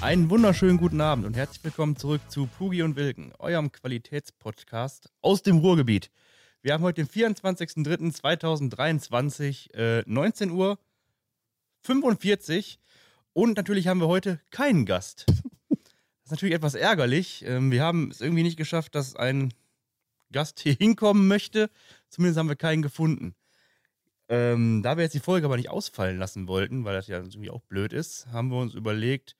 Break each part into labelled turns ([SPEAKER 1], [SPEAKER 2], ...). [SPEAKER 1] Einen wunderschönen guten Abend und herzlich willkommen zurück zu Pugi und Wilken, eurem Qualitätspodcast aus dem Ruhrgebiet. Wir haben heute den 24.03.2023, äh, 19 Uhr 45 und natürlich haben wir heute keinen Gast. Das ist natürlich etwas ärgerlich. Ähm, wir haben es irgendwie nicht geschafft, dass ein Gast hier hinkommen möchte. Zumindest haben wir keinen gefunden. Ähm, da wir jetzt die Folge aber nicht ausfallen lassen wollten, weil das ja irgendwie auch blöd ist, haben wir uns überlegt,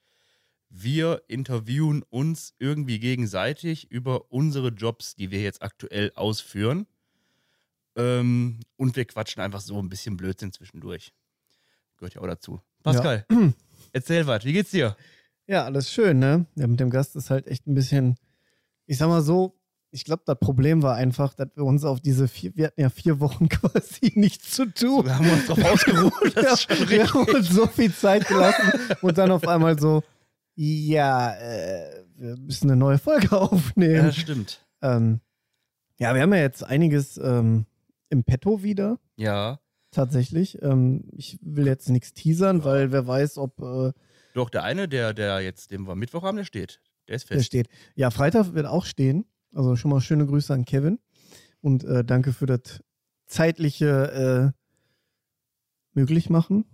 [SPEAKER 1] wir interviewen uns irgendwie gegenseitig über unsere Jobs, die wir jetzt aktuell ausführen. Ähm, und wir quatschen einfach so ein bisschen Blödsinn zwischendurch. Gehört ja auch dazu. Pascal, erzähl was, wie geht's dir?
[SPEAKER 2] Ja, alles schön, ne? Ja, mit dem Gast ist halt echt ein bisschen, ich sag mal so, ich glaube, das Problem war einfach, dass wir uns auf diese vier, wir hatten ja vier Wochen quasi nichts zu tun.
[SPEAKER 1] Wir haben uns drauf ausgeruht, das ist
[SPEAKER 2] Ja,
[SPEAKER 1] schon
[SPEAKER 2] wir
[SPEAKER 1] richtig.
[SPEAKER 2] haben uns so viel Zeit gelassen und dann auf einmal so, ja, äh, wir müssen eine neue Folge
[SPEAKER 1] Ja,
[SPEAKER 2] aufnehmen.
[SPEAKER 1] das stimmt.
[SPEAKER 2] Ähm, ja, wir haben ja jetzt einiges ähm, im Petto wieder,
[SPEAKER 1] Ja,
[SPEAKER 2] tatsächlich. Ähm, ich will jetzt nichts teasern, weil wer weiß, ob äh,
[SPEAKER 1] doch, der eine, der, der jetzt, den wir Mittwoch haben, der steht. Der ist
[SPEAKER 2] Der
[SPEAKER 1] fest.
[SPEAKER 2] steht. Ja, Freitag wird auch stehen. Also schon mal schöne Grüße an Kevin. Und äh, danke für das zeitliche äh, Möglichmachen.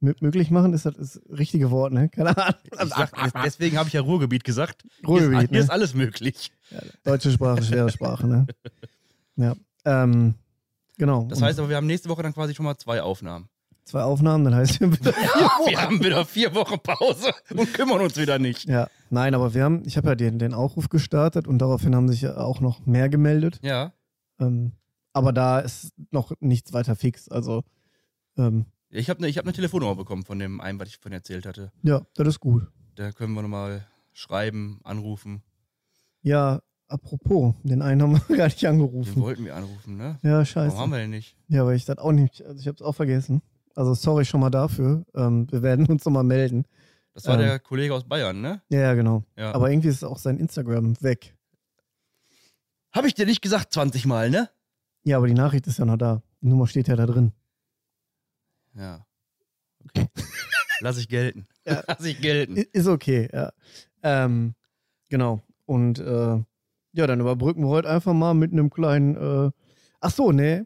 [SPEAKER 2] Mö möglich machen ist das, das richtige Wort, ne? Keine Ahnung.
[SPEAKER 1] Ich sag, deswegen habe ich ja Ruhrgebiet gesagt. hier ist,
[SPEAKER 2] Ruhrgebiet,
[SPEAKER 1] hier ist
[SPEAKER 2] ne?
[SPEAKER 1] alles möglich.
[SPEAKER 2] ja, deutsche Sprache, schwere Sprache, ne? Ja. Ähm, genau.
[SPEAKER 1] Das
[SPEAKER 2] Und
[SPEAKER 1] heißt aber, wir haben nächste Woche dann quasi schon mal zwei Aufnahmen.
[SPEAKER 2] zwei Aufnahmen, dann heißt es wieder.
[SPEAKER 1] Wir haben wieder vier Wochen Pause und kümmern uns wieder nicht.
[SPEAKER 2] ja, nein, aber wir haben, ich habe ja den, den Aufruf gestartet und daraufhin haben sich ja auch noch mehr gemeldet.
[SPEAKER 1] Ja.
[SPEAKER 2] Ähm, aber da ist noch nichts weiter fix. Also, ähm,
[SPEAKER 1] Ich habe eine hab ne Telefonnummer bekommen von dem einen, was ich von erzählt hatte.
[SPEAKER 2] ja, das ist gut.
[SPEAKER 1] Da können wir nochmal schreiben, anrufen.
[SPEAKER 2] Ja, apropos, den einen haben wir gar nicht
[SPEAKER 1] Den
[SPEAKER 2] angerufen.
[SPEAKER 1] wollten wir anrufen, ne?
[SPEAKER 2] Ja,
[SPEAKER 1] Warum haben
[SPEAKER 2] scheiße.
[SPEAKER 1] wir den nicht?
[SPEAKER 2] Ja, aber ich das auch nicht, also ich habe es auch vergessen. Also, sorry schon mal dafür. Ähm, wir werden uns nochmal melden.
[SPEAKER 1] Das war
[SPEAKER 2] Ähm.
[SPEAKER 1] der Kollege aus Bayern, ne?
[SPEAKER 2] Ja, ja, genau.
[SPEAKER 1] Ja.
[SPEAKER 2] Aber irgendwie ist auch sein Instagram weg.
[SPEAKER 1] Habe ich dir nicht gesagt 20 Mal, ne?
[SPEAKER 2] Ja, aber die Nachricht ist ja noch da. Die Nummer steht ja da drin.
[SPEAKER 1] Ja. Okay. Lass ich gelten.
[SPEAKER 2] Ja.
[SPEAKER 1] Lass ich gelten.
[SPEAKER 2] I- Ist okay, ja. Ähm, genau. Und äh, ja, dann überbrücken wir heute einfach mal mit einem kleinen. Äh, ach so, nee.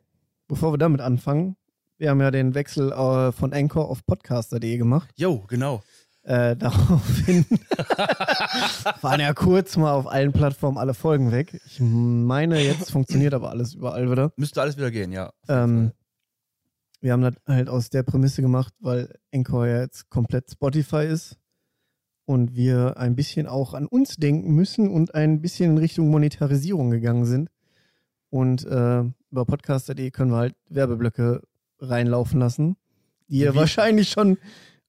[SPEAKER 2] Bevor wir damit anfangen, wir haben ja den Wechsel äh, von Anchor auf Podcaster.de gemacht.
[SPEAKER 1] Jo, genau.
[SPEAKER 2] Äh, daraufhin waren ja kurz mal auf allen Plattformen alle Folgen weg. Ich meine, jetzt funktioniert aber alles überall wieder.
[SPEAKER 1] Müsste alles wieder gehen, ja.
[SPEAKER 2] Ähm, wir haben das halt aus der Prämisse gemacht, weil Encore ja jetzt komplett Spotify ist und wir ein bisschen auch an uns denken müssen und ein bisschen in Richtung Monetarisierung gegangen sind. Und äh, über podcast.de können wir halt Werbeblöcke reinlaufen lassen, die ihr
[SPEAKER 1] Wie-
[SPEAKER 2] wahrscheinlich schon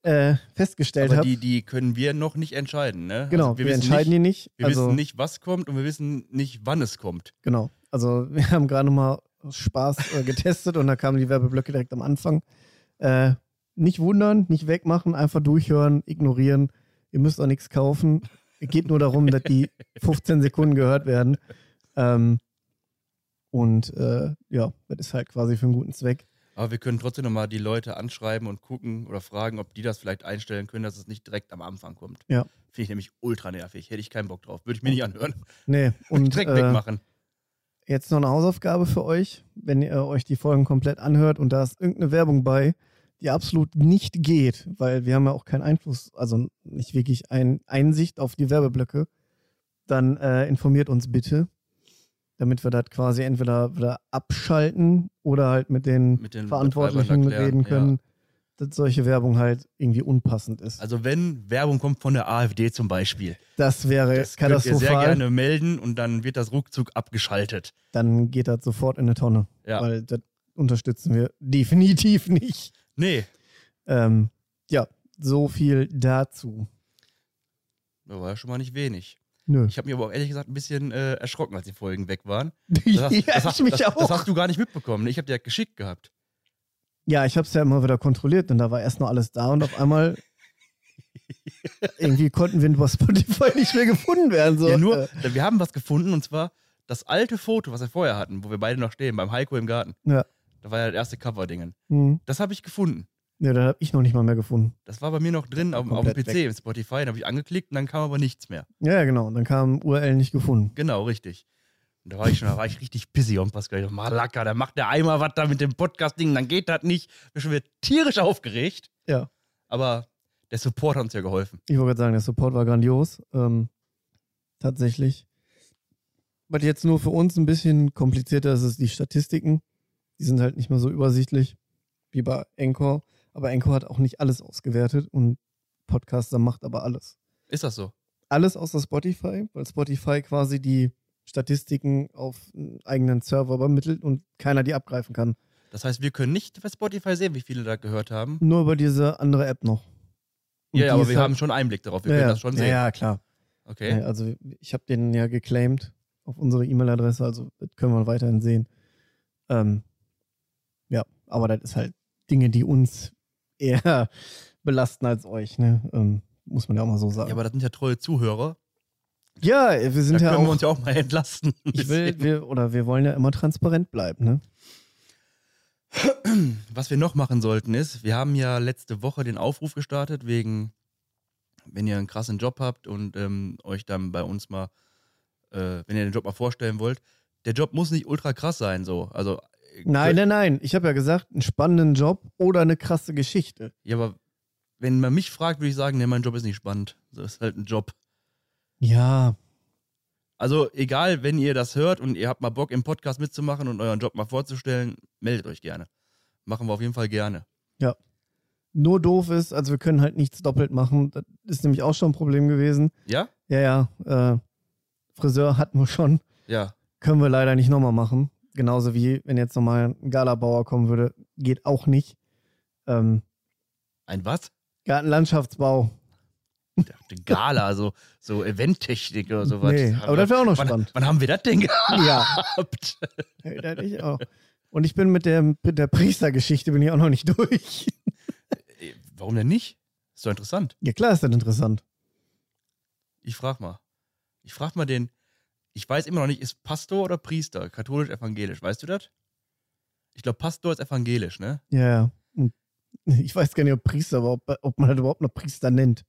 [SPEAKER 2] äh, festgestellt
[SPEAKER 1] Aber
[SPEAKER 2] habt.
[SPEAKER 1] die, die können wir noch nicht entscheiden, ne?
[SPEAKER 2] genau,
[SPEAKER 1] Also
[SPEAKER 2] wir,
[SPEAKER 1] wissen
[SPEAKER 2] entscheiden
[SPEAKER 1] nicht,
[SPEAKER 2] die nicht.
[SPEAKER 1] Wir
[SPEAKER 2] also,
[SPEAKER 1] wissen nicht, was kommt und wir wissen nicht, wann es kommt.
[SPEAKER 2] Genau. Also wir haben gerade nochmal aus Spaß äh, getestet und da kamen die Werbeblöcke direkt am Anfang. Äh, nicht wundern, nicht wegmachen, einfach durchhören, ignorieren. Ihr müsst auch nichts kaufen. Es geht nur darum, dass die 15 Sekunden gehört werden. Ähm, und äh, ja, das ist halt quasi für einen guten Zweck.
[SPEAKER 1] Aber wir können trotzdem nochmal die Leute anschreiben und gucken oder fragen, ob die das vielleicht einstellen können, dass es nicht direkt am Anfang kommt.
[SPEAKER 2] Ja.
[SPEAKER 1] Finde ich nämlich ultra nervig. Hätte ich keinen Bock drauf. Würde ich mir nicht anhören.
[SPEAKER 2] Nee, und
[SPEAKER 1] direkt
[SPEAKER 2] äh,
[SPEAKER 1] wegmachen.
[SPEAKER 2] jetzt noch eine Hausaufgabe für euch, wenn ihr euch die Folgen komplett anhört und da ist irgendeine Werbung bei, die absolut nicht geht, weil wir haben ja auch keinen Einfluss, also nicht wirklich ein Einsicht auf die Werbeblöcke, dann äh, informiert uns bitte, damit wir das quasi entweder wieder abschalten oder halt mit den,
[SPEAKER 1] Mit den
[SPEAKER 2] Verantwortlichen
[SPEAKER 1] Betreibern erklären,
[SPEAKER 2] reden können, dass solche Werbung halt irgendwie unpassend ist.
[SPEAKER 1] Also wenn Werbung kommt von der AfD zum Beispiel,
[SPEAKER 2] das wäre
[SPEAKER 1] das könnt ihr
[SPEAKER 2] Äh, katastrophal.
[SPEAKER 1] sehr gerne melden und dann wird das ruckzuck abgeschaltet.
[SPEAKER 2] Dann geht das sofort in eine Tonne,
[SPEAKER 1] Ja.
[SPEAKER 2] weil das unterstützen wir definitiv nicht.
[SPEAKER 1] Nee.
[SPEAKER 2] Ähm, ja, so viel dazu.
[SPEAKER 1] Das war ja schon mal nicht wenig.
[SPEAKER 2] Nö.
[SPEAKER 1] Ich habe mich aber auch ehrlich gesagt ein bisschen äh, erschrocken, als die Folgen weg waren.
[SPEAKER 2] ja,
[SPEAKER 1] hast-
[SPEAKER 2] ich mich
[SPEAKER 1] das,
[SPEAKER 2] auch.
[SPEAKER 1] das hast du gar nicht mitbekommen. ne? Ich habe dir ja geschickt gehabt.
[SPEAKER 2] ja, ich habe es ja immer wieder kontrolliert und da war erst noch alles da und auf einmal irgendwie konnten wir über Spotify nicht mehr gefunden werden. So.
[SPEAKER 1] ja, nur,
[SPEAKER 2] Äh,
[SPEAKER 1] wir haben was gefunden und zwar das alte Foto, was wir vorher hatten, wo wir beide noch stehen, beim Heiko im Garten.
[SPEAKER 2] Ja.
[SPEAKER 1] Da war ja das erste Cover-Dingen.
[SPEAKER 2] hm,
[SPEAKER 1] Das habe ich gefunden.
[SPEAKER 2] Ne, da habe ich noch nicht mal mehr gefunden.
[SPEAKER 1] Das war bei mir noch drin auf, auf dem
[SPEAKER 2] Komplett
[SPEAKER 1] PC, im Spotify. Da habe ich angeklickt und dann kam aber nichts mehr.
[SPEAKER 2] Ja, ja, genau. Und dann kam URL nicht gefunden.
[SPEAKER 1] Genau, richtig. Und da war ich schon, da war ich richtig um pissy und Pascal. Ich dachte, Malaka, da macht der Eimer was da mit dem Podcast-Ding, dann geht das nicht. Ich bin schon wieder tierisch aufgeregt.
[SPEAKER 2] Ja.
[SPEAKER 1] Aber der Support hat uns ja geholfen.
[SPEAKER 2] Ich wollte gerade sagen, der Support war grandios. Ähm, tatsächlich. Was jetzt nur für uns ein bisschen komplizierter ist, ist die Statistiken. Die sind halt nicht mehr so übersichtlich wie bei Anchor. Aber Anchor hat auch nicht alles ausgewertet und Podcaster macht aber alles.
[SPEAKER 1] Ist das so?
[SPEAKER 2] Alles außer Spotify, weil Spotify quasi die Statistiken auf einen eigenen Server übermittelt und keiner die abgreifen kann.
[SPEAKER 1] Das heißt, wir können nicht bei Spotify sehen, wie viele da gehört haben.
[SPEAKER 2] Nur über diese andere App noch. Und
[SPEAKER 1] Ja, ja,
[SPEAKER 2] die
[SPEAKER 1] aber
[SPEAKER 2] ist
[SPEAKER 1] wir
[SPEAKER 2] halt-
[SPEAKER 1] haben schon Einblick darauf. Wir
[SPEAKER 2] ja,
[SPEAKER 1] können
[SPEAKER 2] ja.
[SPEAKER 1] das schon sehen.
[SPEAKER 2] Ja, ja klar.
[SPEAKER 1] Okay.
[SPEAKER 2] Ja, Also ich habe den ja geclaimed auf unsere E-Mail-Adresse, also das können wir weiterhin sehen. Ähm, ja, aber das ist halt Dinge, die uns eher belasten als euch, ne? Ähm, muss man ja auch mal so sagen.
[SPEAKER 1] Ja, aber das sind ja treue Zuhörer.
[SPEAKER 2] Ja, wir
[SPEAKER 1] Da
[SPEAKER 2] sind ja
[SPEAKER 1] können wir
[SPEAKER 2] auch,
[SPEAKER 1] uns ja auch mal entlasten.
[SPEAKER 2] ich will, wir, oder wir wollen ja immer transparent bleiben, ne?
[SPEAKER 1] Was wir noch machen sollten ist, wir haben ja letzte Woche den Aufruf gestartet, wegen, wenn ihr einen krassen Job habt und ähm, euch dann bei uns mal, äh, wenn ihr den Job mal vorstellen wollt, der Job muss nicht ultra krass sein, so. Also, äh,
[SPEAKER 2] Nein, ne? nein, nein. Ich habe ja gesagt, einen spannenden Job oder eine krasse Geschichte.
[SPEAKER 1] Ja, aber wenn man mich fragt, würde ich sagen, nee, mein Job ist nicht spannend. Das ist halt ein Job.
[SPEAKER 2] Ja,
[SPEAKER 1] Also egal, wenn ihr das hört und ihr habt mal Bock, im Podcast mitzumachen und euren Job mal vorzustellen, meldet euch gerne. Machen wir auf jeden Fall gerne.
[SPEAKER 2] nur doof ist, also wir können halt nichts doppelt machen. Das ist nämlich auch schon ein Problem gewesen.
[SPEAKER 1] Ja?
[SPEAKER 2] Ja, ja. Äh, Friseur hatten wir schon.
[SPEAKER 1] Ja.
[SPEAKER 2] Können wir leider nicht nochmal machen. Genauso wie, wenn jetzt nochmal ein Galabauer kommen würde. Geht auch nicht. Ähm,
[SPEAKER 1] Ein was?
[SPEAKER 2] Gartenlandschaftsbau.
[SPEAKER 1] Ich dachte, Gala, so, so Eventtechnik oder sowas.
[SPEAKER 2] Nee, aber das wäre auch noch
[SPEAKER 1] wann,
[SPEAKER 2] spannend.
[SPEAKER 1] Wann haben wir das denn
[SPEAKER 2] ja,
[SPEAKER 1] gehabt?
[SPEAKER 2] hey, das ich auch. Und ich bin mit der, mit der Priestergeschichte bin ich auch noch nicht durch.
[SPEAKER 1] Äh, Warum denn nicht? Ist doch interessant.
[SPEAKER 2] Ja, klar ist das interessant.
[SPEAKER 1] Ich frag mal. Ich frag mal den. Ich weiß immer noch nicht, ist Pastor oder Priester? Katholisch, evangelisch, weißt du das? Ich glaube, Pastor ist evangelisch, ne?
[SPEAKER 2] Ja, ja. Und Ich weiß gar nicht, ob Priester, aber ob, ob man das überhaupt noch Priester nennt.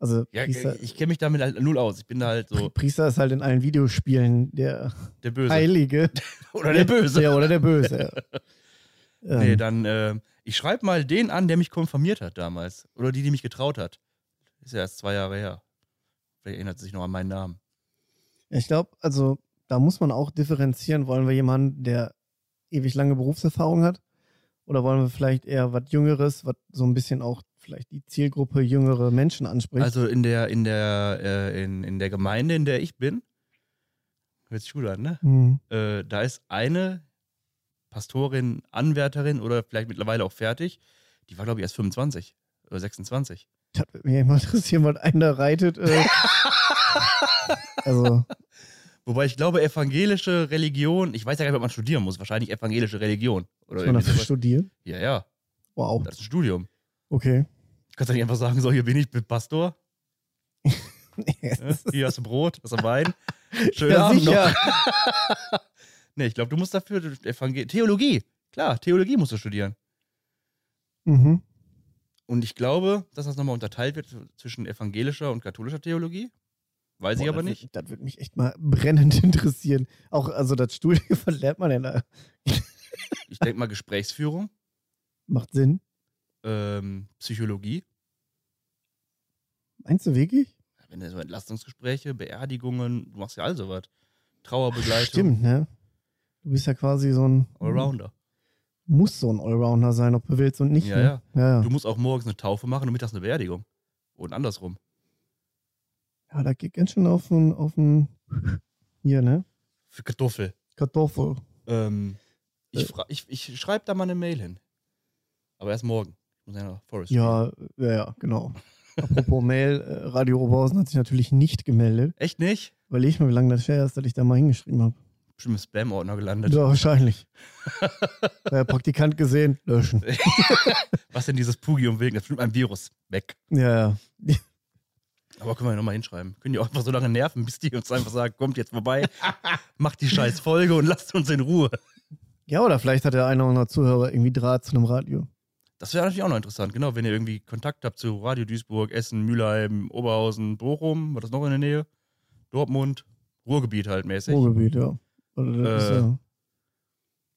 [SPEAKER 2] Also
[SPEAKER 1] Ja,
[SPEAKER 2] Priester,
[SPEAKER 1] ich kenne mich damit halt null aus. Ich bin da halt so
[SPEAKER 2] Priester ist halt in allen Videospielen der
[SPEAKER 1] der Böse.
[SPEAKER 2] Heilige.
[SPEAKER 1] Oder der Böse.
[SPEAKER 2] Ja, oder der Böse. ja.
[SPEAKER 1] Nee,
[SPEAKER 2] ähm,
[SPEAKER 1] dann, ähm, ich schreibe mal den an, der mich konfirmiert hat damals. Oder die, die mich getraut hat. Ist ja erst zwei Jahre her. Vielleicht erinnert sie sich noch an meinen Namen.
[SPEAKER 2] ich glaube, also da muss man auch differenzieren. Wollen wir jemanden, der ewig lange Berufserfahrung hat? Oder wollen wir vielleicht eher was Jüngeres, was so ein bisschen auch vielleicht die Zielgruppe jüngere Menschen anspricht?
[SPEAKER 1] Also in der, in der, äh, in, in der Gemeinde, in der ich bin, hört sich gut an, ne?
[SPEAKER 2] hm.
[SPEAKER 1] Äh, da ist eine Pastorin, Anwärterin oder vielleicht mittlerweile auch fertig. Die war, glaube ich, erst 25 oder 26.
[SPEAKER 2] Das würde mich immer interessieren, was einen da reitet. Äh. also,
[SPEAKER 1] Wobei ich glaube, evangelische Religion, ich weiß ja gar nicht, ob man studieren muss, wahrscheinlich evangelische Religion. Oder
[SPEAKER 2] muss man
[SPEAKER 1] irgendwie
[SPEAKER 2] dafür
[SPEAKER 1] sowas.
[SPEAKER 2] studieren?
[SPEAKER 1] ja, ja,
[SPEAKER 2] Wow,
[SPEAKER 1] das ist ein Studium.
[SPEAKER 2] okay.
[SPEAKER 1] Kannst du nicht einfach sagen, so, hier bin ich, bin Pastor, ne? hier hast du Brot, hast du Wein. Schönen
[SPEAKER 2] ja,
[SPEAKER 1] Abend noch.
[SPEAKER 2] sicher.
[SPEAKER 1] Nee, ich glaube, du musst dafür Evangel Theologie. Klar, Theologie musst du studieren.
[SPEAKER 2] Mhm.
[SPEAKER 1] Und ich glaube, dass das nochmal unterteilt wird zwischen evangelischer und katholischer Theologie. Weiß ich
[SPEAKER 2] Boah,
[SPEAKER 1] aber
[SPEAKER 2] das
[SPEAKER 1] nicht.
[SPEAKER 2] Wird, das würde mich echt mal brennend interessieren. Auch, also das Studium, was lernt man denn da?
[SPEAKER 1] Ich denke mal Gesprächsführung,
[SPEAKER 2] Macht Sinn.
[SPEAKER 1] ähm, Psychologie,
[SPEAKER 2] Meinst du wirklich?
[SPEAKER 1] wenn du so Entlastungsgespräche, Beerdigungen, du machst ja all sowas. Trauerbegleitung,
[SPEAKER 2] Stimmt, ne? Du bist ja quasi so ein.
[SPEAKER 1] Allrounder.
[SPEAKER 2] Muss so ein Allrounder sein, ob du willst und nicht.
[SPEAKER 1] Ja,
[SPEAKER 2] ne?
[SPEAKER 1] ja.
[SPEAKER 2] Ja,
[SPEAKER 1] Du
[SPEAKER 2] ja.
[SPEAKER 1] musst auch morgens eine Taufe machen und mittags eine Beerdigung. Und andersrum.
[SPEAKER 2] ja da geht ganz schön auf ein, auf ein. Hier, ne?
[SPEAKER 1] Für Kartoffel.
[SPEAKER 2] Kartoffel.
[SPEAKER 1] Ähm,
[SPEAKER 2] Äh.
[SPEAKER 1] ich fra- ich, ich schreibe da mal eine Mail hin. Aber erst morgen. Ich muss ja nach Forest.
[SPEAKER 2] Ja, ja, ja, genau. Apropos Mail, äh, Radio Oberhausen hat sich natürlich nicht gemeldet.
[SPEAKER 1] Echt nicht?
[SPEAKER 2] Überleg mal, wie lange das her ist, dass ich da mal hingeschrieben habe.
[SPEAKER 1] Bestimmt im Spam-Ordner gelandet.
[SPEAKER 2] Ja, wahrscheinlich. Der Praktikant gesehen, löschen.
[SPEAKER 1] Was denn dieses um Pugium wegen? Das ist bestimmt ein Virus. Weg.
[SPEAKER 2] Ja, ja.
[SPEAKER 1] Aber können wir nochmal hinschreiben. Können die auch einfach so lange nerven, bis die uns einfach sagen, kommt jetzt vorbei, macht die scheiß Folge und lasst uns in Ruhe.
[SPEAKER 2] Ja, oder vielleicht hat ja einer unserer Zuhörer irgendwie Draht zu einem Radio.
[SPEAKER 1] Das wäre natürlich auch noch interessant, genau, wenn ihr irgendwie Kontakt habt zu Radio Duisburg, Essen, Mülheim, Oberhausen, Bochum, war das noch in der Nähe? Dortmund, Ruhrgebiet halt mäßig.
[SPEAKER 2] Ruhrgebiet, ja. Oder das
[SPEAKER 1] Äh,
[SPEAKER 2] ist ja.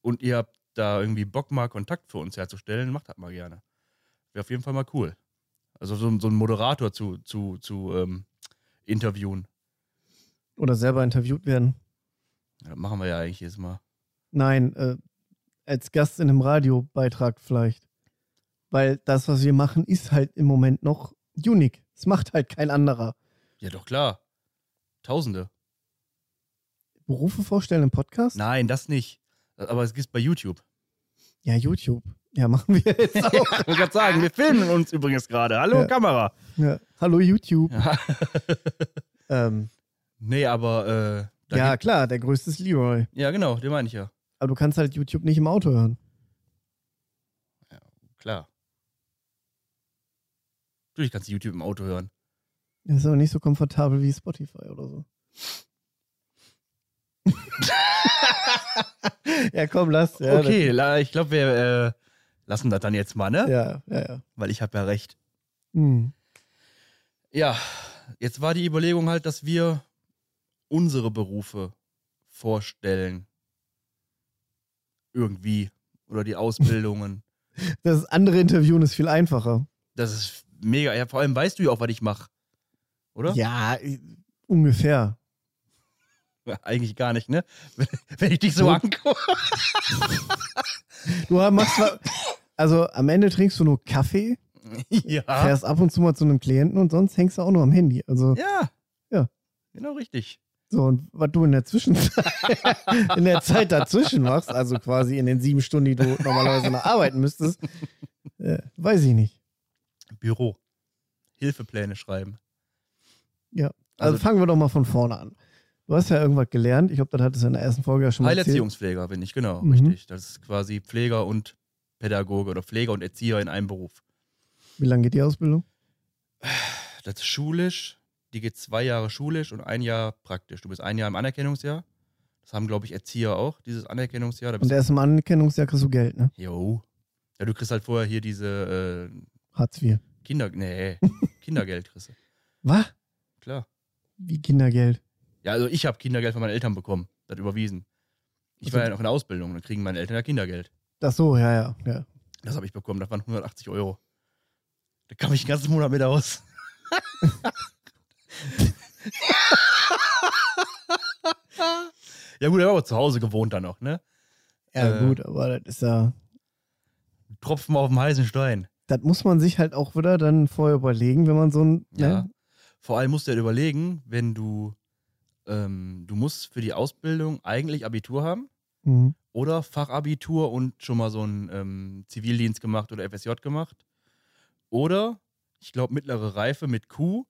[SPEAKER 1] Und ihr habt da irgendwie Bock, mal Kontakt für uns herzustellen, macht das mal gerne. Wäre auf jeden Fall mal cool. Also so, so einen Moderator zu, zu, zu ähm, interviewen.
[SPEAKER 2] Oder selber interviewt werden.
[SPEAKER 1] Ja, Das machen wir ja eigentlich jedes Mal.
[SPEAKER 2] Nein, äh, als Gast in einem Radiobeitrag vielleicht. Weil das, was wir machen, ist halt im Moment noch unique. Es macht halt kein anderer.
[SPEAKER 1] Ja, doch klar. Tausende.
[SPEAKER 2] Berufe vorstellen im Podcast?
[SPEAKER 1] Nein, das nicht. Aber es gibt bei YouTube.
[SPEAKER 2] Ja, YouTube. Ja, machen wir jetzt
[SPEAKER 1] Ja,
[SPEAKER 2] auch.
[SPEAKER 1] ich wollte gerade sagen, wir filmen uns übrigens gerade. Hallo
[SPEAKER 2] Ja.
[SPEAKER 1] Kamera.
[SPEAKER 2] ja. Hallo YouTube.
[SPEAKER 1] Ja.
[SPEAKER 2] Ähm,
[SPEAKER 1] Nee, aber äh, da
[SPEAKER 2] ja,
[SPEAKER 1] gibt-
[SPEAKER 2] klar, der größte ist Leroy.
[SPEAKER 1] ja, genau, den meine ich ja.
[SPEAKER 2] Aber du kannst halt YouTube nicht im Auto hören.
[SPEAKER 1] Klar. Natürlich kannst du YouTube im Auto hören.
[SPEAKER 2] Das ist aber nicht so komfortabel wie Spotify oder so. ja, komm, lass. Ja,
[SPEAKER 1] okay, la, ich glaube, wir äh, lassen das dann jetzt mal, ne?
[SPEAKER 2] Das, ja, ja, ja.
[SPEAKER 1] Weil ich habe ja recht.
[SPEAKER 2] Hm.
[SPEAKER 1] Ja, jetzt war die Überlegung halt, dass wir unsere Berufe vorstellen. Irgendwie. Oder die Ausbildungen.
[SPEAKER 2] Das andere Interviewen ist viel einfacher.
[SPEAKER 1] Das ist mega. Ja, vor allem weißt du ja auch, was ich mache. Oder?
[SPEAKER 2] Ja, i- ungefähr.
[SPEAKER 1] Eigentlich gar nicht, ne? Wenn ich dich so
[SPEAKER 2] Gut.
[SPEAKER 1] angucke.
[SPEAKER 2] Du machst zwar, also am Ende trinkst du nur Kaffee,
[SPEAKER 1] ja.
[SPEAKER 2] fährst ab und zu mal zu einem Klienten und sonst hängst du auch nur am Handy. Also
[SPEAKER 1] Ja.
[SPEAKER 2] Ja.
[SPEAKER 1] Genau richtig.
[SPEAKER 2] so und was du in der Zwischenzeit, in der Zeit dazwischen machst, also quasi in den sieben Stunden, die du normalerweise noch arbeiten müsstest, äh, weiß ich nicht.
[SPEAKER 1] Büro. Hilfepläne schreiben.
[SPEAKER 2] Also,
[SPEAKER 1] Also-
[SPEAKER 2] fangen wir doch mal von vorne an. Du hast ja irgendwas gelernt. Ich glaube, das hattest du in der ersten Folge ja schon mal erzählt.
[SPEAKER 1] Heilerziehungspfleger bin ich, genau,
[SPEAKER 2] Mhm.
[SPEAKER 1] richtig. Das ist quasi Pfleger und Pädagoge oder Pfleger und Erzieher in einem Beruf.
[SPEAKER 2] Wie lange geht die Ausbildung?
[SPEAKER 1] Das ist schulisch, die geht zwei Jahre schulisch und ein Jahr praktisch. Du bist ein Jahr im Anerkennungsjahr. Das haben, glaube ich, Erzieher auch, dieses Anerkennungsjahr. Da
[SPEAKER 2] Und
[SPEAKER 1] bist
[SPEAKER 2] erst im Anerkennungsjahr kriegst du Geld, ne?
[SPEAKER 1] du, jo. Ja, du kriegst halt vorher hier diese äh,
[SPEAKER 2] Hartz IV.
[SPEAKER 1] Kinder... Nee, Kindergeld kriegst du.
[SPEAKER 2] Was?
[SPEAKER 1] Klar.
[SPEAKER 2] Wie Kindergeld?
[SPEAKER 1] Ja, also ich habe Kindergeld von meinen Eltern bekommen. Das überwiesen. Ich
[SPEAKER 2] Also-
[SPEAKER 1] war ja noch in der Ausbildung, dann kriegen meine Eltern ja Kindergeld.
[SPEAKER 2] Ach so, ja, ja, ja.
[SPEAKER 1] Das habe ich bekommen, das waren 180 Euro. Da kam ich den ganzen Monat mit aus. ja gut, ich habe aber zu Hause gewohnt dann noch, ne?
[SPEAKER 2] Ja,
[SPEAKER 1] Äh.
[SPEAKER 2] gut, aber das ist ja.
[SPEAKER 1] Tropfen auf dem heißen Stein.
[SPEAKER 2] Das muss man sich halt auch wieder dann vorher überlegen, wenn man so ein.
[SPEAKER 1] Ja.
[SPEAKER 2] Ne?
[SPEAKER 1] Vor allem musst du ja überlegen, wenn du, ähm, du musst für die Ausbildung eigentlich Abitur haben
[SPEAKER 2] Mhm.
[SPEAKER 1] oder Fachabitur und schon mal so einen ähm, Zivildienst gemacht oder FSJ gemacht. Oder, ich glaube, mittlere Reife mit Q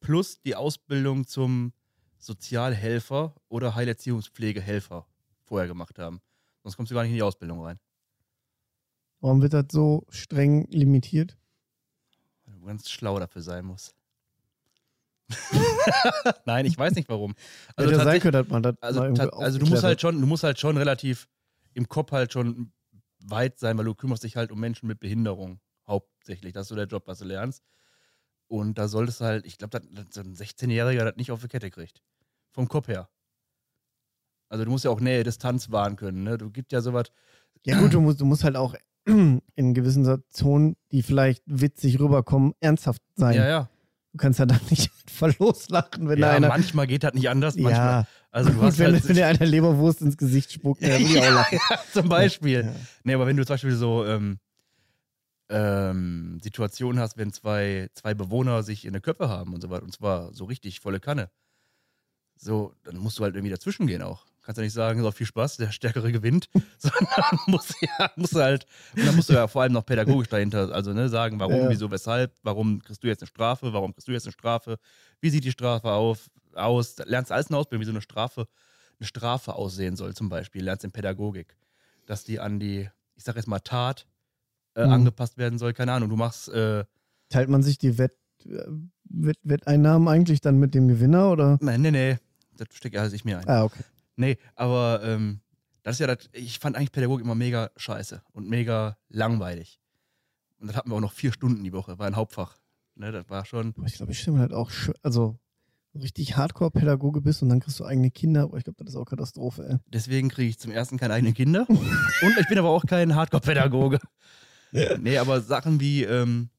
[SPEAKER 1] plus die Ausbildung zum Sozialhelfer oder Heilerziehungspflegehelfer vorher gemacht haben. Sonst kommst du gar nicht in die Ausbildung rein.
[SPEAKER 2] Warum wird das so streng limitiert?
[SPEAKER 1] Weil du ganz schlau dafür sein musst. Nein, ich weiß nicht warum.
[SPEAKER 2] Also Hätte ja sein
[SPEAKER 1] tatsächlich-
[SPEAKER 2] können, dass man das.
[SPEAKER 1] Also,
[SPEAKER 2] mal irgendwie
[SPEAKER 1] ta- also du musst
[SPEAKER 2] aufgeklärt
[SPEAKER 1] halt
[SPEAKER 2] hat.
[SPEAKER 1] schon, du musst halt schon relativ im Kopf halt schon weit sein, weil du kümmerst dich halt um Menschen mit Behinderung hauptsächlich. Das ist so der Job, was du lernst. Und da solltest du halt, ich glaube, so ein 16-Jähriger das nicht auf die Kette kriegt. Vom Kopf her. Also du musst ja auch Nähe, Distanz wahren können. Ne? Du gibst ja sowas.
[SPEAKER 2] Ja, gut, du musst, du musst halt auch in gewissen Situationen, die vielleicht witzig rüberkommen, ernsthaft sein.
[SPEAKER 1] Ja, ja.
[SPEAKER 2] Du kannst ja dann nicht einfach loslachen, wenn da
[SPEAKER 1] ja
[SPEAKER 2] einer.
[SPEAKER 1] manchmal geht das nicht anders. Manchmal.
[SPEAKER 2] ja,
[SPEAKER 1] Also du
[SPEAKER 2] gut,
[SPEAKER 1] hast
[SPEAKER 2] wenn,
[SPEAKER 1] halt,
[SPEAKER 2] wenn dir einer Leberwurst ins Gesicht spuckt, dann will ich auch lachen.
[SPEAKER 1] zum Beispiel.
[SPEAKER 2] Ja.
[SPEAKER 1] Nee, aber wenn du zum Beispiel so ähm, ähm, Situationen hast, wenn zwei, zwei Bewohner sich in der Köpfe haben und so weiter, und zwar so richtig volle Kanne, so, dann musst du halt irgendwie dazwischen gehen auch. Kannst ja nicht sagen, so viel Spaß, der Stärkere gewinnt, sondern musst, ja, musst du halt, und dann musst du ja vor allem noch pädagogisch dahinter, also ne, sagen, warum,
[SPEAKER 2] Ja.
[SPEAKER 1] wieso, weshalb, warum kriegst du jetzt eine Strafe, warum kriegst du jetzt eine Strafe, wie sieht die Strafe auf, aus, lernst alles in der Ausbildung, wie so eine Strafe, eine Strafe aussehen soll zum Beispiel, lernst in Pädagogik, dass die an die, ich sag jetzt mal Tat, äh,
[SPEAKER 2] Mhm.
[SPEAKER 1] angepasst werden soll, keine Ahnung, du machst, äh,
[SPEAKER 2] Teilt man sich die Wett, äh, Wett, Wetteinnahmen eigentlich dann mit dem Gewinner oder?
[SPEAKER 1] nein, nee, nee, das steckt ja ich mir ein.
[SPEAKER 2] Ah, okay.
[SPEAKER 1] Nee, aber ähm, das ist ja das, ich fand eigentlich Pädagogik immer mega scheiße und mega langweilig. Und das hatten wir auch noch vier Stunden die Woche, war ein Hauptfach. Ne, das war schon.
[SPEAKER 2] Aber ich glaube, ich stelle mir halt auch, schw- also richtig Hardcore-Pädagoge bist und dann kriegst du eigene Kinder, aber ich glaube, das ist auch Katastrophe, ey.
[SPEAKER 1] Deswegen kriege ich zum ersten keine eigenen Kinder. Und ich bin aber auch kein Hardcore-Pädagoge. Nee, aber Sachen wie, ähm,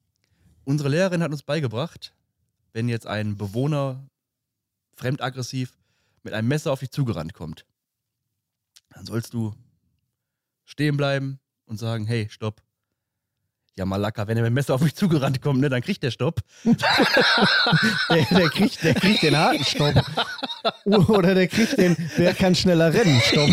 [SPEAKER 1] unsere Lehrerin hat uns beigebracht, wenn jetzt ein Bewohner fremdaggressiv mit einem Messer auf dich zugerannt kommt, dann sollst du stehen bleiben und sagen, hey, stopp. Ja, Malaka, wenn er mit dem Messer auf mich zugerannt kommt, ne, dann kriegt der Stopp.
[SPEAKER 2] Der, der, kriegt, der kriegt den harten Stopp. Oder der kriegt den, wer kann schneller rennen, Stopp.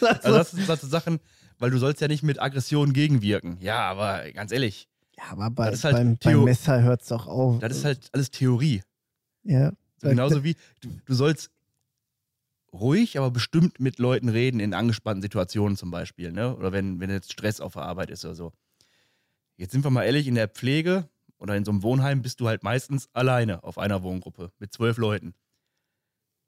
[SPEAKER 1] Also das sind das sind Sachen, weil du sollst ja nicht mit Aggression gegenwirken. Ja, aber ganz ehrlich,
[SPEAKER 2] Ja, aber bei,
[SPEAKER 1] Das ist halt
[SPEAKER 2] beim,
[SPEAKER 1] Theo-
[SPEAKER 2] beim Messer hört es doch auf.
[SPEAKER 1] das ist halt alles Theorie.
[SPEAKER 2] ja,
[SPEAKER 1] So Genauso wie du, du sollst ruhig, aber bestimmt mit Leuten reden in angespannten Situationen zum Beispiel, ne? Oder wenn, wenn jetzt Stress auf der Arbeit ist oder so. Jetzt sind wir mal ehrlich, in der Pflege oder in so einem Wohnheim bist du halt meistens alleine auf einer Wohngruppe mit zwölf Leuten.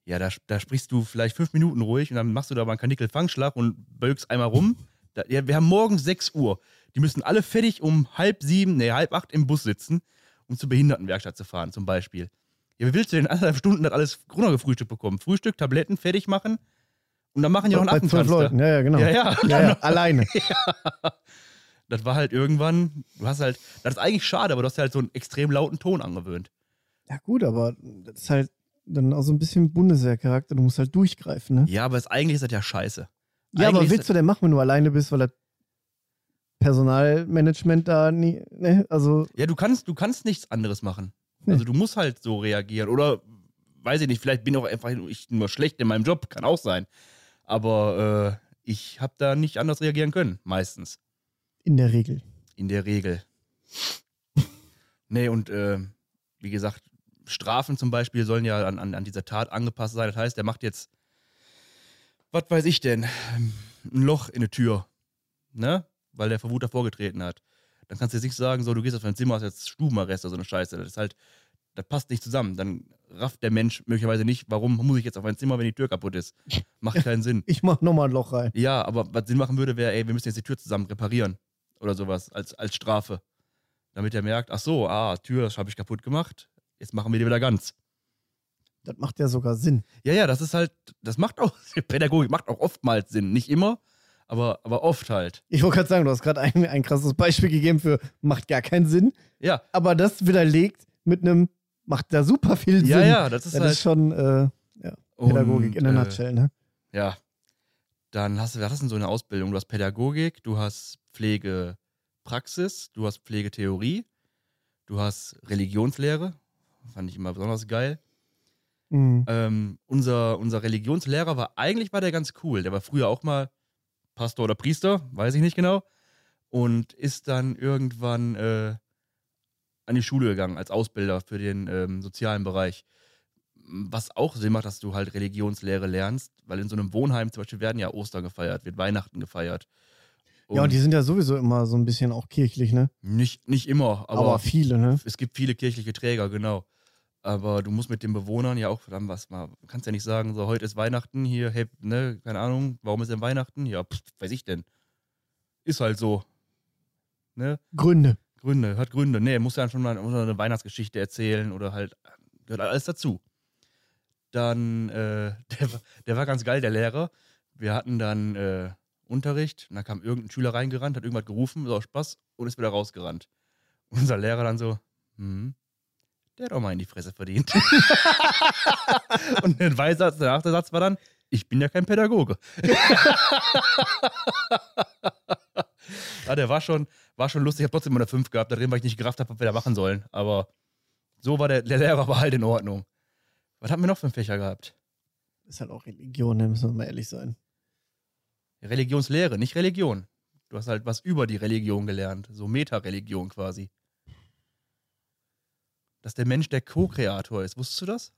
[SPEAKER 1] Ja, da, da sprichst du vielleicht fünf Minuten ruhig und dann machst du da mal einen Kanickelfangschlag und bölkst einmal rum. Da, ja, wir haben morgen 6 Uhr. Die müssen alle fertig um halb sieben, nee, halb acht im Bus sitzen, um zur Behindertenwerkstatt zu fahren, zum Beispiel. Ja, wie willst du denn in anderthalb Stunden das alles runtergefrühstückt bekommen? Frühstück, Tabletten, fertig machen und dann machen die noch einen
[SPEAKER 2] bei zwölf
[SPEAKER 1] Affentanz da.
[SPEAKER 2] Leuten, ja, ja, genau.
[SPEAKER 1] ne? Ja, ja.
[SPEAKER 2] Ja, ja, alleine.
[SPEAKER 1] Das war halt irgendwann, du hast halt, das ist eigentlich schade, aber du hast dir halt so einen extrem lauten Ton angewöhnt.
[SPEAKER 2] Ja, gut, aber das ist halt dann auch so ein bisschen Bundeswehrcharakter. Du musst halt durchgreifen, ne?
[SPEAKER 1] Ja, aber es, eigentlich ist das ja scheiße.
[SPEAKER 2] Ja, aber
[SPEAKER 1] Eigentlich
[SPEAKER 2] willst du denn machen, wenn du alleine bist, weil das Personalmanagement da nie, ne? Also,
[SPEAKER 1] Ja, du kannst, du kannst nichts anderes machen.
[SPEAKER 2] Nee.
[SPEAKER 1] Also du musst halt so reagieren. Oder weiß ich nicht, vielleicht bin auch einfach ich nur schlecht in meinem Job, kann auch sein. Aber äh, ich habe da nicht anders reagieren können, meistens.
[SPEAKER 2] in der Regel.
[SPEAKER 1] In der Regel. Nee, und äh, wie gesagt, Strafen zum Beispiel sollen ja an, an, an dieser Tat angepasst sein. Das heißt, der macht jetzt, was weiß ich denn, ein Loch in eine Tür, ne? Weil der Verwut davor getreten hat. Dann kannst du jetzt nicht sagen, so, du gehst auf dein Zimmer, hast jetzt Stubenarrest oder so eine Scheiße. Das ist halt, das passt nicht zusammen. Dann rafft der Mensch möglicherweise nicht, warum muss ich jetzt auf mein Zimmer, wenn die Tür kaputt ist. Macht keinen Sinn.
[SPEAKER 2] Ich mach nochmal ein Loch rein.
[SPEAKER 1] Ja, aber was Sinn machen würde, wäre, ey, wir müssen jetzt die Tür zusammen reparieren oder sowas als, als Strafe. Damit er merkt, ach so, ah, Tür habe ich kaputt gemacht, jetzt machen wir die wieder ganz.
[SPEAKER 2] Das macht ja sogar Sinn.
[SPEAKER 1] Ja, ja, das ist halt, das macht auch, Pädagogik macht auch oftmals Sinn. Nicht immer, aber, aber oft halt.
[SPEAKER 2] Ich wollte gerade sagen, du hast gerade ein, ein krasses Beispiel gegeben für macht gar keinen Sinn,
[SPEAKER 1] Ja,
[SPEAKER 2] aber das widerlegt mit einem macht da super viel Sinn.
[SPEAKER 1] ja, ja, das ist
[SPEAKER 2] Das
[SPEAKER 1] halt.
[SPEAKER 2] ist schon äh, Pädagogik
[SPEAKER 1] Und,
[SPEAKER 2] in der
[SPEAKER 1] äh,
[SPEAKER 2] Nutshell, ne?
[SPEAKER 1] Ja. Dann hast du, was hast du denn so eine Ausbildung? Du hast Pädagogik, du hast Pflegepraxis, du hast Pflegetheorie, du hast Religionslehre. Fand ich immer besonders geil.
[SPEAKER 2] Mhm.
[SPEAKER 1] Ähm, unser, unser Religionslehrer war eigentlich war der ganz cool. Der war früher auch mal Pastor oder Priester, weiß ich nicht genau. Und ist dann irgendwann äh, an die Schule gegangen als Ausbilder für den ähm, sozialen Bereich. Was auch Sinn macht, dass du halt Religionslehre lernst, weil in so einem Wohnheim zum Beispiel werden ja Ostern gefeiert, wird Weihnachten gefeiert.
[SPEAKER 2] Ja, und die sind ja sowieso immer so ein bisschen auch kirchlich, ne?
[SPEAKER 1] nicht, nicht immer,
[SPEAKER 2] Aber, viele, ne?
[SPEAKER 1] es gibt viele kirchliche Träger, genau. Aber du musst mit den Bewohnern ja auch verdammt was mal. Du kannst ja nicht sagen, so heute ist Weihnachten, hier, hey, ne, keine Ahnung, warum ist denn Weihnachten? Ja, pff, weiß ich denn. Ist halt so. Ne?
[SPEAKER 2] Gründe.
[SPEAKER 1] Gründe, hat Gründe. Nee, muss ja schon mal muss ja eine Weihnachtsgeschichte erzählen oder halt, gehört alles dazu. Dann, äh, der, war- der war ganz geil, der Lehrer. Wir hatten dann äh, Unterricht und dann kam irgendein Schüler reingerannt, hat irgendwas gerufen, so aus Spaß und ist wieder rausgerannt. Unser Lehrer dann so, hm, der hat auch mal in die Fresse verdient. und der Weisatz, der Nachsatz war dann, ich bin ja kein Pädagoge. ja, der war schon, war schon lustig. Ich habe trotzdem immer eine 5 gehabt, da drin, weil ich nicht gerafft habe, was wir da machen sollen. Aber so war der, der Lehrer war halt in Ordnung. Was hatten wir noch für einen Fächer gehabt?
[SPEAKER 2] Ist halt auch Religion, ne? Müssen wir mal ehrlich sein.
[SPEAKER 1] Religionslehre, nicht Religion. Du hast halt was über die Religion gelernt, so Meta-Religion quasi. Dass der Mensch der Co-Kreator ist. Wusstest du das?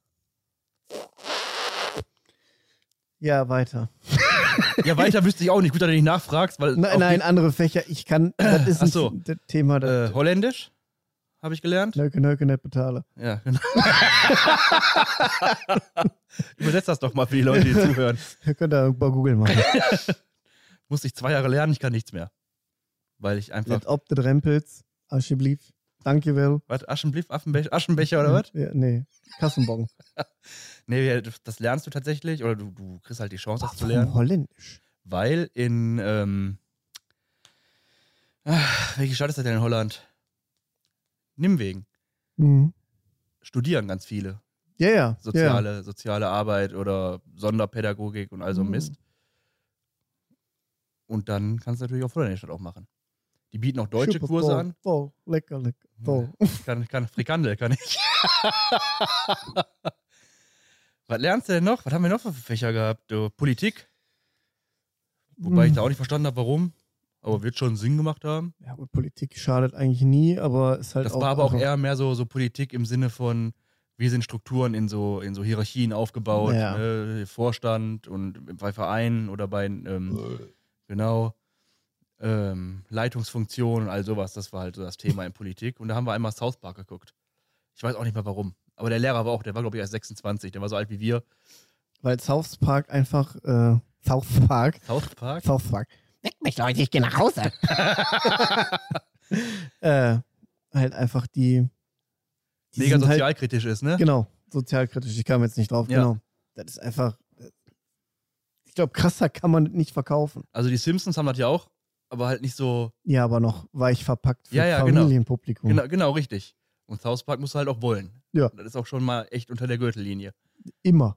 [SPEAKER 2] Ja, weiter.
[SPEAKER 1] Ja, weiter wüsste ich auch nicht. Gut, dass du nicht nachfragst, weil. Äh, auf
[SPEAKER 2] Nein, nein, andere Fächer. Ich kann. Das ist
[SPEAKER 1] Ach so.
[SPEAKER 2] nicht das Thema.
[SPEAKER 1] Die, äh,
[SPEAKER 2] Das,
[SPEAKER 1] Holländisch habe ich gelernt.
[SPEAKER 2] Nöke, nöke, nicht betale.
[SPEAKER 1] Ja, genau. Übersetzt das doch mal für die Leute, die zuhören.
[SPEAKER 2] Ihr könnt da bei Google machen.
[SPEAKER 1] Musste ich zwei Jahre lernen, ich kann nichts mehr. Weil ich einfach.
[SPEAKER 2] Nicht ob des Rempels, Alsjeblieft. Danke, Will.
[SPEAKER 1] Was, Aschenbliff, Affenbecher, Aschenbecher oder was?
[SPEAKER 2] Ja, nee, Kassenbon.
[SPEAKER 1] Nee, das lernst du tatsächlich oder du, du kriegst halt die Chance, das zu lernen.
[SPEAKER 2] Warum Holländisch?
[SPEAKER 1] weil in ähm, ah, welche Stadt ist das denn in Holland? Nimwegen.
[SPEAKER 2] Mhm.
[SPEAKER 1] Studieren ganz viele.
[SPEAKER 2] Ja, ja.
[SPEAKER 1] Soziale, soziale Arbeit oder Sonderpädagogik und all so
[SPEAKER 2] Mhm.
[SPEAKER 1] Mist. Und dann kannst du natürlich auch Holländisch das auch machen. Die bieten auch
[SPEAKER 2] ja.
[SPEAKER 1] deutsche
[SPEAKER 2] Super
[SPEAKER 1] Kurse
[SPEAKER 2] toll,
[SPEAKER 1] an.
[SPEAKER 2] Toll, lecker, lecker. Toll.
[SPEAKER 1] Ich kann, kann Frikandel, kann ich. Was lernst du denn noch? Was haben wir noch für Fächer gehabt? Äh, Politik, wobei
[SPEAKER 2] Hm.
[SPEAKER 1] ich da auch nicht verstanden habe, warum. Aber wird schon Sinn gemacht haben.
[SPEAKER 2] Mhm. Ja, gut, Politik schadet eigentlich nie, aber ist halt
[SPEAKER 1] Das
[SPEAKER 2] auch.
[SPEAKER 1] war aber auch
[SPEAKER 2] einfach-
[SPEAKER 1] eher mehr so, so Politik im Sinne von, wie sind Strukturen in so, in so Hierarchien aufgebaut,
[SPEAKER 2] Ja.
[SPEAKER 1] ne? Vorstand und bei Vereinen oder bei, ähm, genau, ähm, Leitungsfunktionen und all sowas. Das war halt so das Thema in Politik. Und da haben wir einmal South Park geguckt. Ich weiß auch nicht mehr warum. Aber der Lehrer war auch, der war glaube ich erst 26, der war so alt wie wir.
[SPEAKER 2] Weil South Park einfach. Äh, South Park.
[SPEAKER 1] South Park?
[SPEAKER 2] South Park.
[SPEAKER 3] Weckt mich, Leute, ich gehe nach Hause.
[SPEAKER 2] Äh, halt einfach die. die
[SPEAKER 1] Mega
[SPEAKER 2] sind halt-
[SPEAKER 1] sozialkritisch ist, ne?
[SPEAKER 2] Genau, sozialkritisch. Ich kam jetzt nicht drauf.
[SPEAKER 1] Ja.
[SPEAKER 2] Genau. Das ist einfach. äh, Ich glaube, krasser kann man nicht verkaufen.
[SPEAKER 1] Also die Simpsons haben das ja auch, aber halt nicht so,
[SPEAKER 2] Ja, aber noch weich verpackt für
[SPEAKER 1] Ja, ja, genau.
[SPEAKER 2] Familienpublikum.
[SPEAKER 1] Genau, genau, richtig. Und South Park musst du halt auch wollen.
[SPEAKER 2] Mhm. Ja.
[SPEAKER 1] Das ist auch schon mal echt unter der Gürtellinie.
[SPEAKER 2] Immer.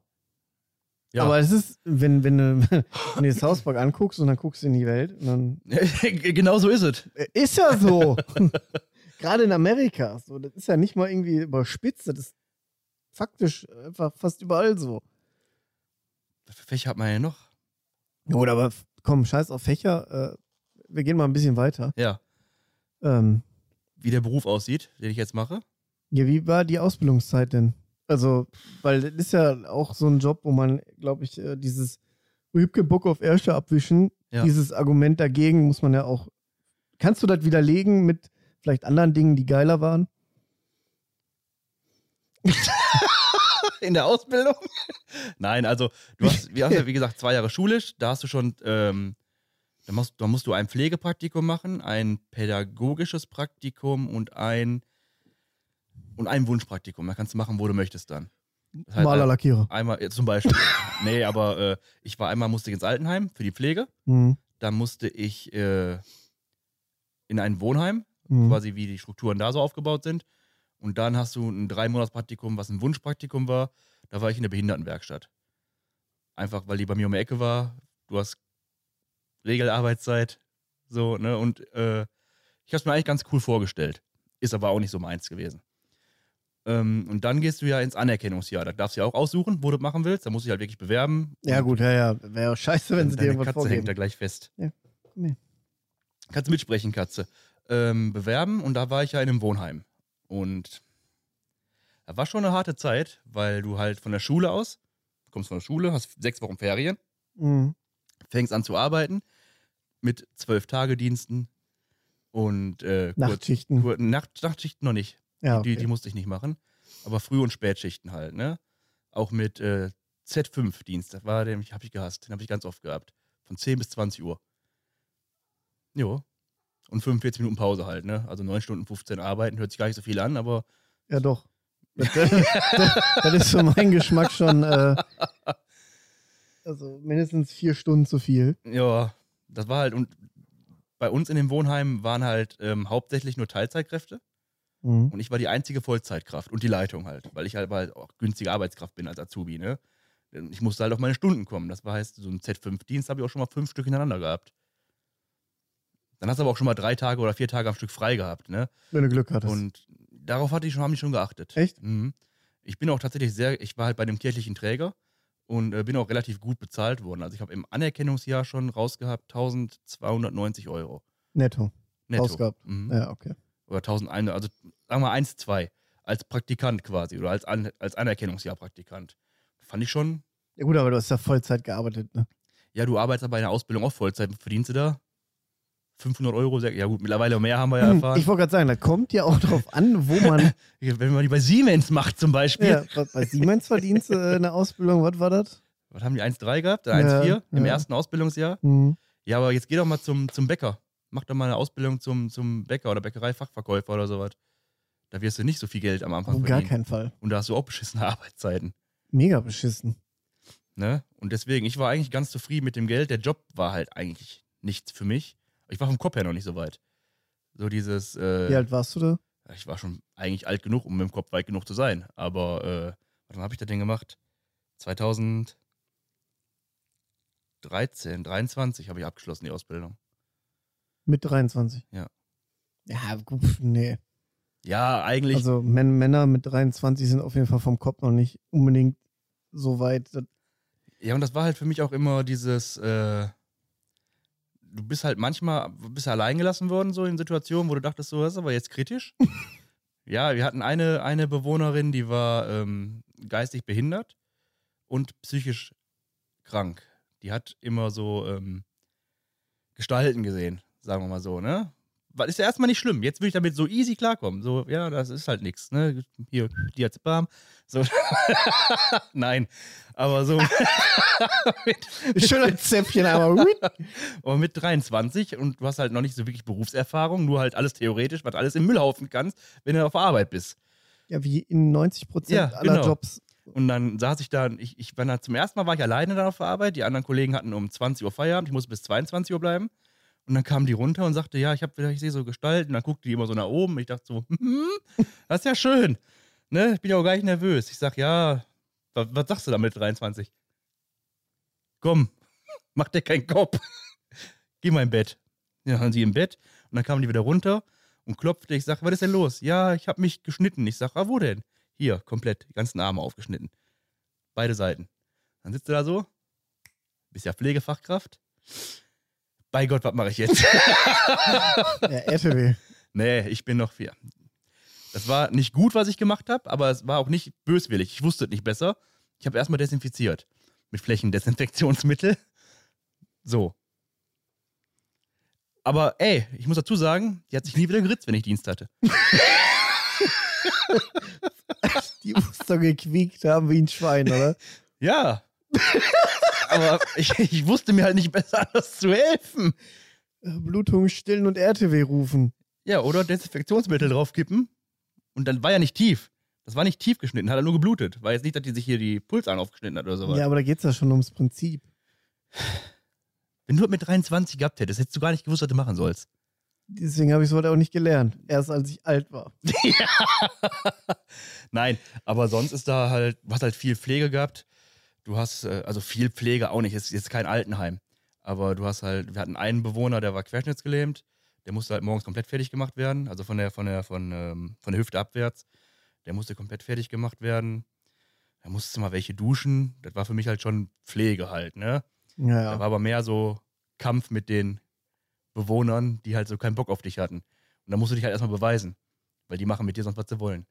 [SPEAKER 1] Ja.
[SPEAKER 2] Aber es ist, wenn, wenn, du, wenn du das Hauspark anguckst und dann guckst du in die Welt, und dann
[SPEAKER 1] genau so ist es.
[SPEAKER 2] Äh, Ist ja so. Gerade in Amerika. So, das ist ja nicht mal irgendwie überspitzt. Das ist faktisch einfach fast überall so.
[SPEAKER 1] Was für Fächer hat man ja noch?
[SPEAKER 2] Gut, aber f- komm, scheiß auf Fächer. Äh, wir gehen mal ein bisschen weiter.
[SPEAKER 1] Ja.
[SPEAKER 2] Ähm,
[SPEAKER 1] Wie der Beruf aussieht, den ich jetzt mache.
[SPEAKER 2] ja, wie war die Ausbildungszeit denn? Also, weil das ist ja auch so ein Job, wo man, glaube ich, äh, dieses Rübke Book of Ersche abwischen,
[SPEAKER 1] Ja.
[SPEAKER 2] dieses Argument dagegen muss man ja auch. Kannst du das widerlegen mit vielleicht anderen Dingen, die geiler waren?
[SPEAKER 1] In der Ausbildung? Nein, also du hast, wir haben ja wie gesagt zwei Jahre schulisch. Da hast du schon, ähm, da, musst, da musst du ein Pflegepraktikum machen, ein pädagogisches Praktikum und ein und ein Wunschpraktikum. Da kannst du machen, wo du möchtest dann. Das heißt,
[SPEAKER 2] Maler, Lackierer.
[SPEAKER 1] Einmal, ja, zum Beispiel. nee, aber äh, ich war einmal, musste ich ins Altenheim für die Pflege.
[SPEAKER 2] Mhm.
[SPEAKER 1] Dann musste ich äh, in ein Wohnheim,
[SPEAKER 2] Mhm.
[SPEAKER 1] quasi wie die Strukturen da so aufgebaut sind. Und dann hast du ein Drei-Monats-Praktikum, was ein Wunschpraktikum war. Da war ich in der Behindertenwerkstatt. Einfach, weil die bei mir um die Ecke war. Du hast Regelarbeitszeit. So, ne? Und äh, ich habe es mir eigentlich ganz cool vorgestellt. Ist aber auch nicht so meins gewesen. Ähm, und dann gehst du ja ins Anerkennungsjahr. Da darfst du ja auch aussuchen, wo du machen willst. Da musst du dich halt wirklich bewerben.
[SPEAKER 2] Ja,
[SPEAKER 1] Und
[SPEAKER 2] gut, ja, ja. Wäre auch scheiße, wenn sie dir
[SPEAKER 1] Deine
[SPEAKER 2] irgendwas
[SPEAKER 1] Katze hängt da
[SPEAKER 2] vorgeben.
[SPEAKER 1] gleich fest.
[SPEAKER 2] Ja, komm her.
[SPEAKER 1] Kannst mitsprechen, Katze. Ähm, bewerben und da war ich ja in einem Wohnheim. Und das war schon eine harte Zeit, weil du halt von der Schule aus, kommst von der Schule, hast sechs Wochen Ferien,
[SPEAKER 2] Mhm.
[SPEAKER 1] fängst an zu arbeiten mit zwölf Tagediensten und äh, kurz,
[SPEAKER 2] Nachtschichten.
[SPEAKER 1] kur, Nacht, Nachtschichten noch nicht.
[SPEAKER 2] ja, okay.
[SPEAKER 1] Die, die musste ich nicht machen. Aber Früh- und Spätschichten halt, ne? Auch mit äh, Z5-Dienst. Das war den, hab ich gehasst. Den habe ich ganz oft gehabt. Von 10 bis 20 Uhr. Jo. Und 45 Minuten Pause halt, ne? Also 9 Stunden 15 arbeiten. Hört sich gar nicht so viel an, aber
[SPEAKER 2] ja, doch. Das, das ist für meinen Geschmack schon äh, also mindestens vier Stunden zu viel.
[SPEAKER 1] ja, das war halt. Und bei uns in dem Wohnheim waren halt ähm, hauptsächlich nur Teilzeitkräfte.
[SPEAKER 2] Mhm.
[SPEAKER 1] Und ich war die einzige Vollzeitkraft und die Leitung halt, weil ich halt, halt auch günstige Arbeitskraft bin als Azubi, ne? Ich musste halt auf meine Stunden kommen. Das heißt, so ein Z5-Dienst habe ich auch schon mal fünf Stück hintereinander gehabt. Dann hast du aber auch schon mal drei Tage oder vier Tage am Stück frei gehabt, ne?
[SPEAKER 2] Wenn du Glück hattest.
[SPEAKER 1] Und darauf hatte ich schon, haben die schon geachtet.
[SPEAKER 2] Echt?
[SPEAKER 1] Mhm. Ich bin auch tatsächlich sehr, ich war halt bei dem kirchlichen Träger und äh, bin auch relativ gut bezahlt worden. Also ich habe im Anerkennungsjahr schon rausgehabt 1290 Euro.
[SPEAKER 2] Netto.
[SPEAKER 1] Netto.
[SPEAKER 2] Rausgehabt.
[SPEAKER 1] Mhm
[SPEAKER 2] Ja, okay.
[SPEAKER 1] oder 1100, also sagen wir 1, 2 als Praktikant quasi oder als, An als Anerkennungsjahr-Praktikant. Fand ich schon,
[SPEAKER 2] Ja, gut, aber du hast ja Vollzeit gearbeitet. Ne?
[SPEAKER 1] ja, du arbeitest aber in der Ausbildung auch Vollzeit, verdienst du da 500 Euro? Sehr- Ja, gut, mittlerweile mehr haben wir ja erfahren.
[SPEAKER 2] Hm, Ich wollte gerade sagen, da kommt ja auch drauf an, wo man
[SPEAKER 1] Wenn man die bei Siemens macht zum Beispiel,
[SPEAKER 2] ja, was bei Siemens verdient äh, eine Ausbildung. Was war das?
[SPEAKER 1] was haben die 1,3 gehabt,
[SPEAKER 2] Ja,
[SPEAKER 1] 1,4 im
[SPEAKER 2] ja.
[SPEAKER 1] ersten Ausbildungsjahr?
[SPEAKER 2] Mhm.
[SPEAKER 1] Ja, aber jetzt geh doch mal zum, zum Bäcker. mach doch mal eine Ausbildung zum, zum Bäcker oder Bäckerei-Fachverkäufer oder sowas. Da wirst du nicht so viel Geld am Anfang
[SPEAKER 2] Auf Oh, gar
[SPEAKER 1] verdienen.
[SPEAKER 2] keinen Fall.
[SPEAKER 1] Und da hast du auch beschissene Arbeitszeiten.
[SPEAKER 2] Mega beschissen.
[SPEAKER 1] Ne? Und deswegen, ich war eigentlich ganz zufrieden mit dem Geld. Der Job war halt eigentlich nichts für mich. Ich war vom Kopf her noch nicht so weit. So dieses, äh,
[SPEAKER 2] Wie alt warst du da?
[SPEAKER 1] ich war schon eigentlich alt genug, um im Kopf weit genug zu sein. Aber äh, wann habe ich das denn gemacht? 2013, 23 habe ich abgeschlossen, die Ausbildung.
[SPEAKER 2] Mit 23.
[SPEAKER 1] Ja.
[SPEAKER 2] Ja, gut, nee.
[SPEAKER 1] Ja, eigentlich.
[SPEAKER 2] Also Män Männer mit 23 sind auf jeden Fall vom Kopf noch nicht unbedingt so weit. Das-
[SPEAKER 1] ja, und das war halt für mich auch immer dieses, äh, du bist halt manchmal, bist allein gelassen worden, so in Situationen, wo du dachtest, so, das ist aber jetzt kritisch. ja, wir hatten eine, eine Bewohnerin, die war ähm, geistig behindert und psychisch krank. Die hat immer so ähm, Gestalten gesehen, sagen wir mal so, ne? Weil ist ja erstmal nicht schlimm. Jetzt will ich damit so easy klarkommen. So, ja, das ist halt nichts, ne? Hier, die hat's bam. So. Nein, aber so.
[SPEAKER 2] Schön ein Zäpfchen einmal.
[SPEAKER 1] Aber mit 23 und du hast halt noch nicht so wirklich Berufserfahrung, nur halt alles theoretisch, was alles im Müllhaufen kannst, wenn du auf der Arbeit bist.
[SPEAKER 2] Ja, wie in 90 Prozent
[SPEAKER 1] Ja,
[SPEAKER 2] aller
[SPEAKER 1] genau.
[SPEAKER 2] Jobs.
[SPEAKER 1] Und dann saß ich da, ich, ich war da zum ersten Mal war ich alleine dann auf der Arbeit, die anderen Kollegen hatten um 20 Uhr Feierabend, ich musste bis 22 Uhr bleiben. Und dann kam die runter und sagte, ja, ich habe wieder, ich sehe so Gestalten. Dann guckte die immer so nach oben. Ich dachte so, hm, das ist ja schön. Ne? Ich bin ja auch gar nicht nervös. Ich sag, ja, was, was sagst du damit 23? Komm, mach dir keinen Kopf. Geh mal im Bett. Ja, dann sie im Bett. Und dann kam die wieder runter und klopfte. Ich sag, was ist denn los? Ja, ich habe mich geschnitten. Ich sag, ah, wo denn? Hier, komplett, die ganzen Arme aufgeschnitten. Beide Seiten. Dann sitzt du da so, bist ja Pflegefachkraft. Bei Gott, was mache ich jetzt?
[SPEAKER 2] Ja, RTW.
[SPEAKER 1] Nee, ich bin noch vier. Das war nicht gut, was ich gemacht habe, aber es war auch nicht böswillig. Ich wusste es nicht besser. Ich habe erstmal desinfiziert. Mit Flächendesinfektionsmittel. So. Aber ey, ich muss dazu sagen, die hat sich nie wieder geritzt, wenn ich Dienst hatte.
[SPEAKER 2] Die muss doch gequiekt haben wie ein Schwein, oder?
[SPEAKER 1] Ja. aber ich, ich wusste mir halt nicht besser, anders zu helfen.
[SPEAKER 2] Äh, Blutung stillen und RTW rufen.
[SPEAKER 1] Ja, oder Desinfektionsmittel draufkippen. Und dann war ja nicht tief. Das war nicht tief geschnitten, hat er nur geblutet. War jetzt nicht, dass die sich hier die Pulsadern aufgeschnitten hat oder sowas.
[SPEAKER 2] Ja, aber da geht es ja schon ums Prinzip.
[SPEAKER 1] Wenn du das mit 23 gehabt hättest, hättest du gar nicht gewusst, was du machen sollst.
[SPEAKER 2] Deswegen habe ich sowas auch nicht gelernt. Erst als ich alt war.
[SPEAKER 1] Nein, aber sonst ist da halt, du hast halt viel Pflege gehabt. Du hast, äh, also viel Pflege auch nicht, ist jetzt kein Altenheim. Aber du hast halt, wir hatten einen Bewohner, der war querschnittsgelähmt. Der musste halt morgens komplett fertig gemacht werden. Also von der, von der, von, ähm, von der Hüfte abwärts. Der musste komplett fertig gemacht werden. Da musste mal welche duschen. Das war für mich halt schon Pflege halt, ne? Da
[SPEAKER 2] Ja,
[SPEAKER 1] war aber mehr so Kampf mit den Bewohnern, die halt so keinen Bock auf dich hatten. Und da musst du dich halt erstmal beweisen, weil die machen mit dir sonst, was sie wollen.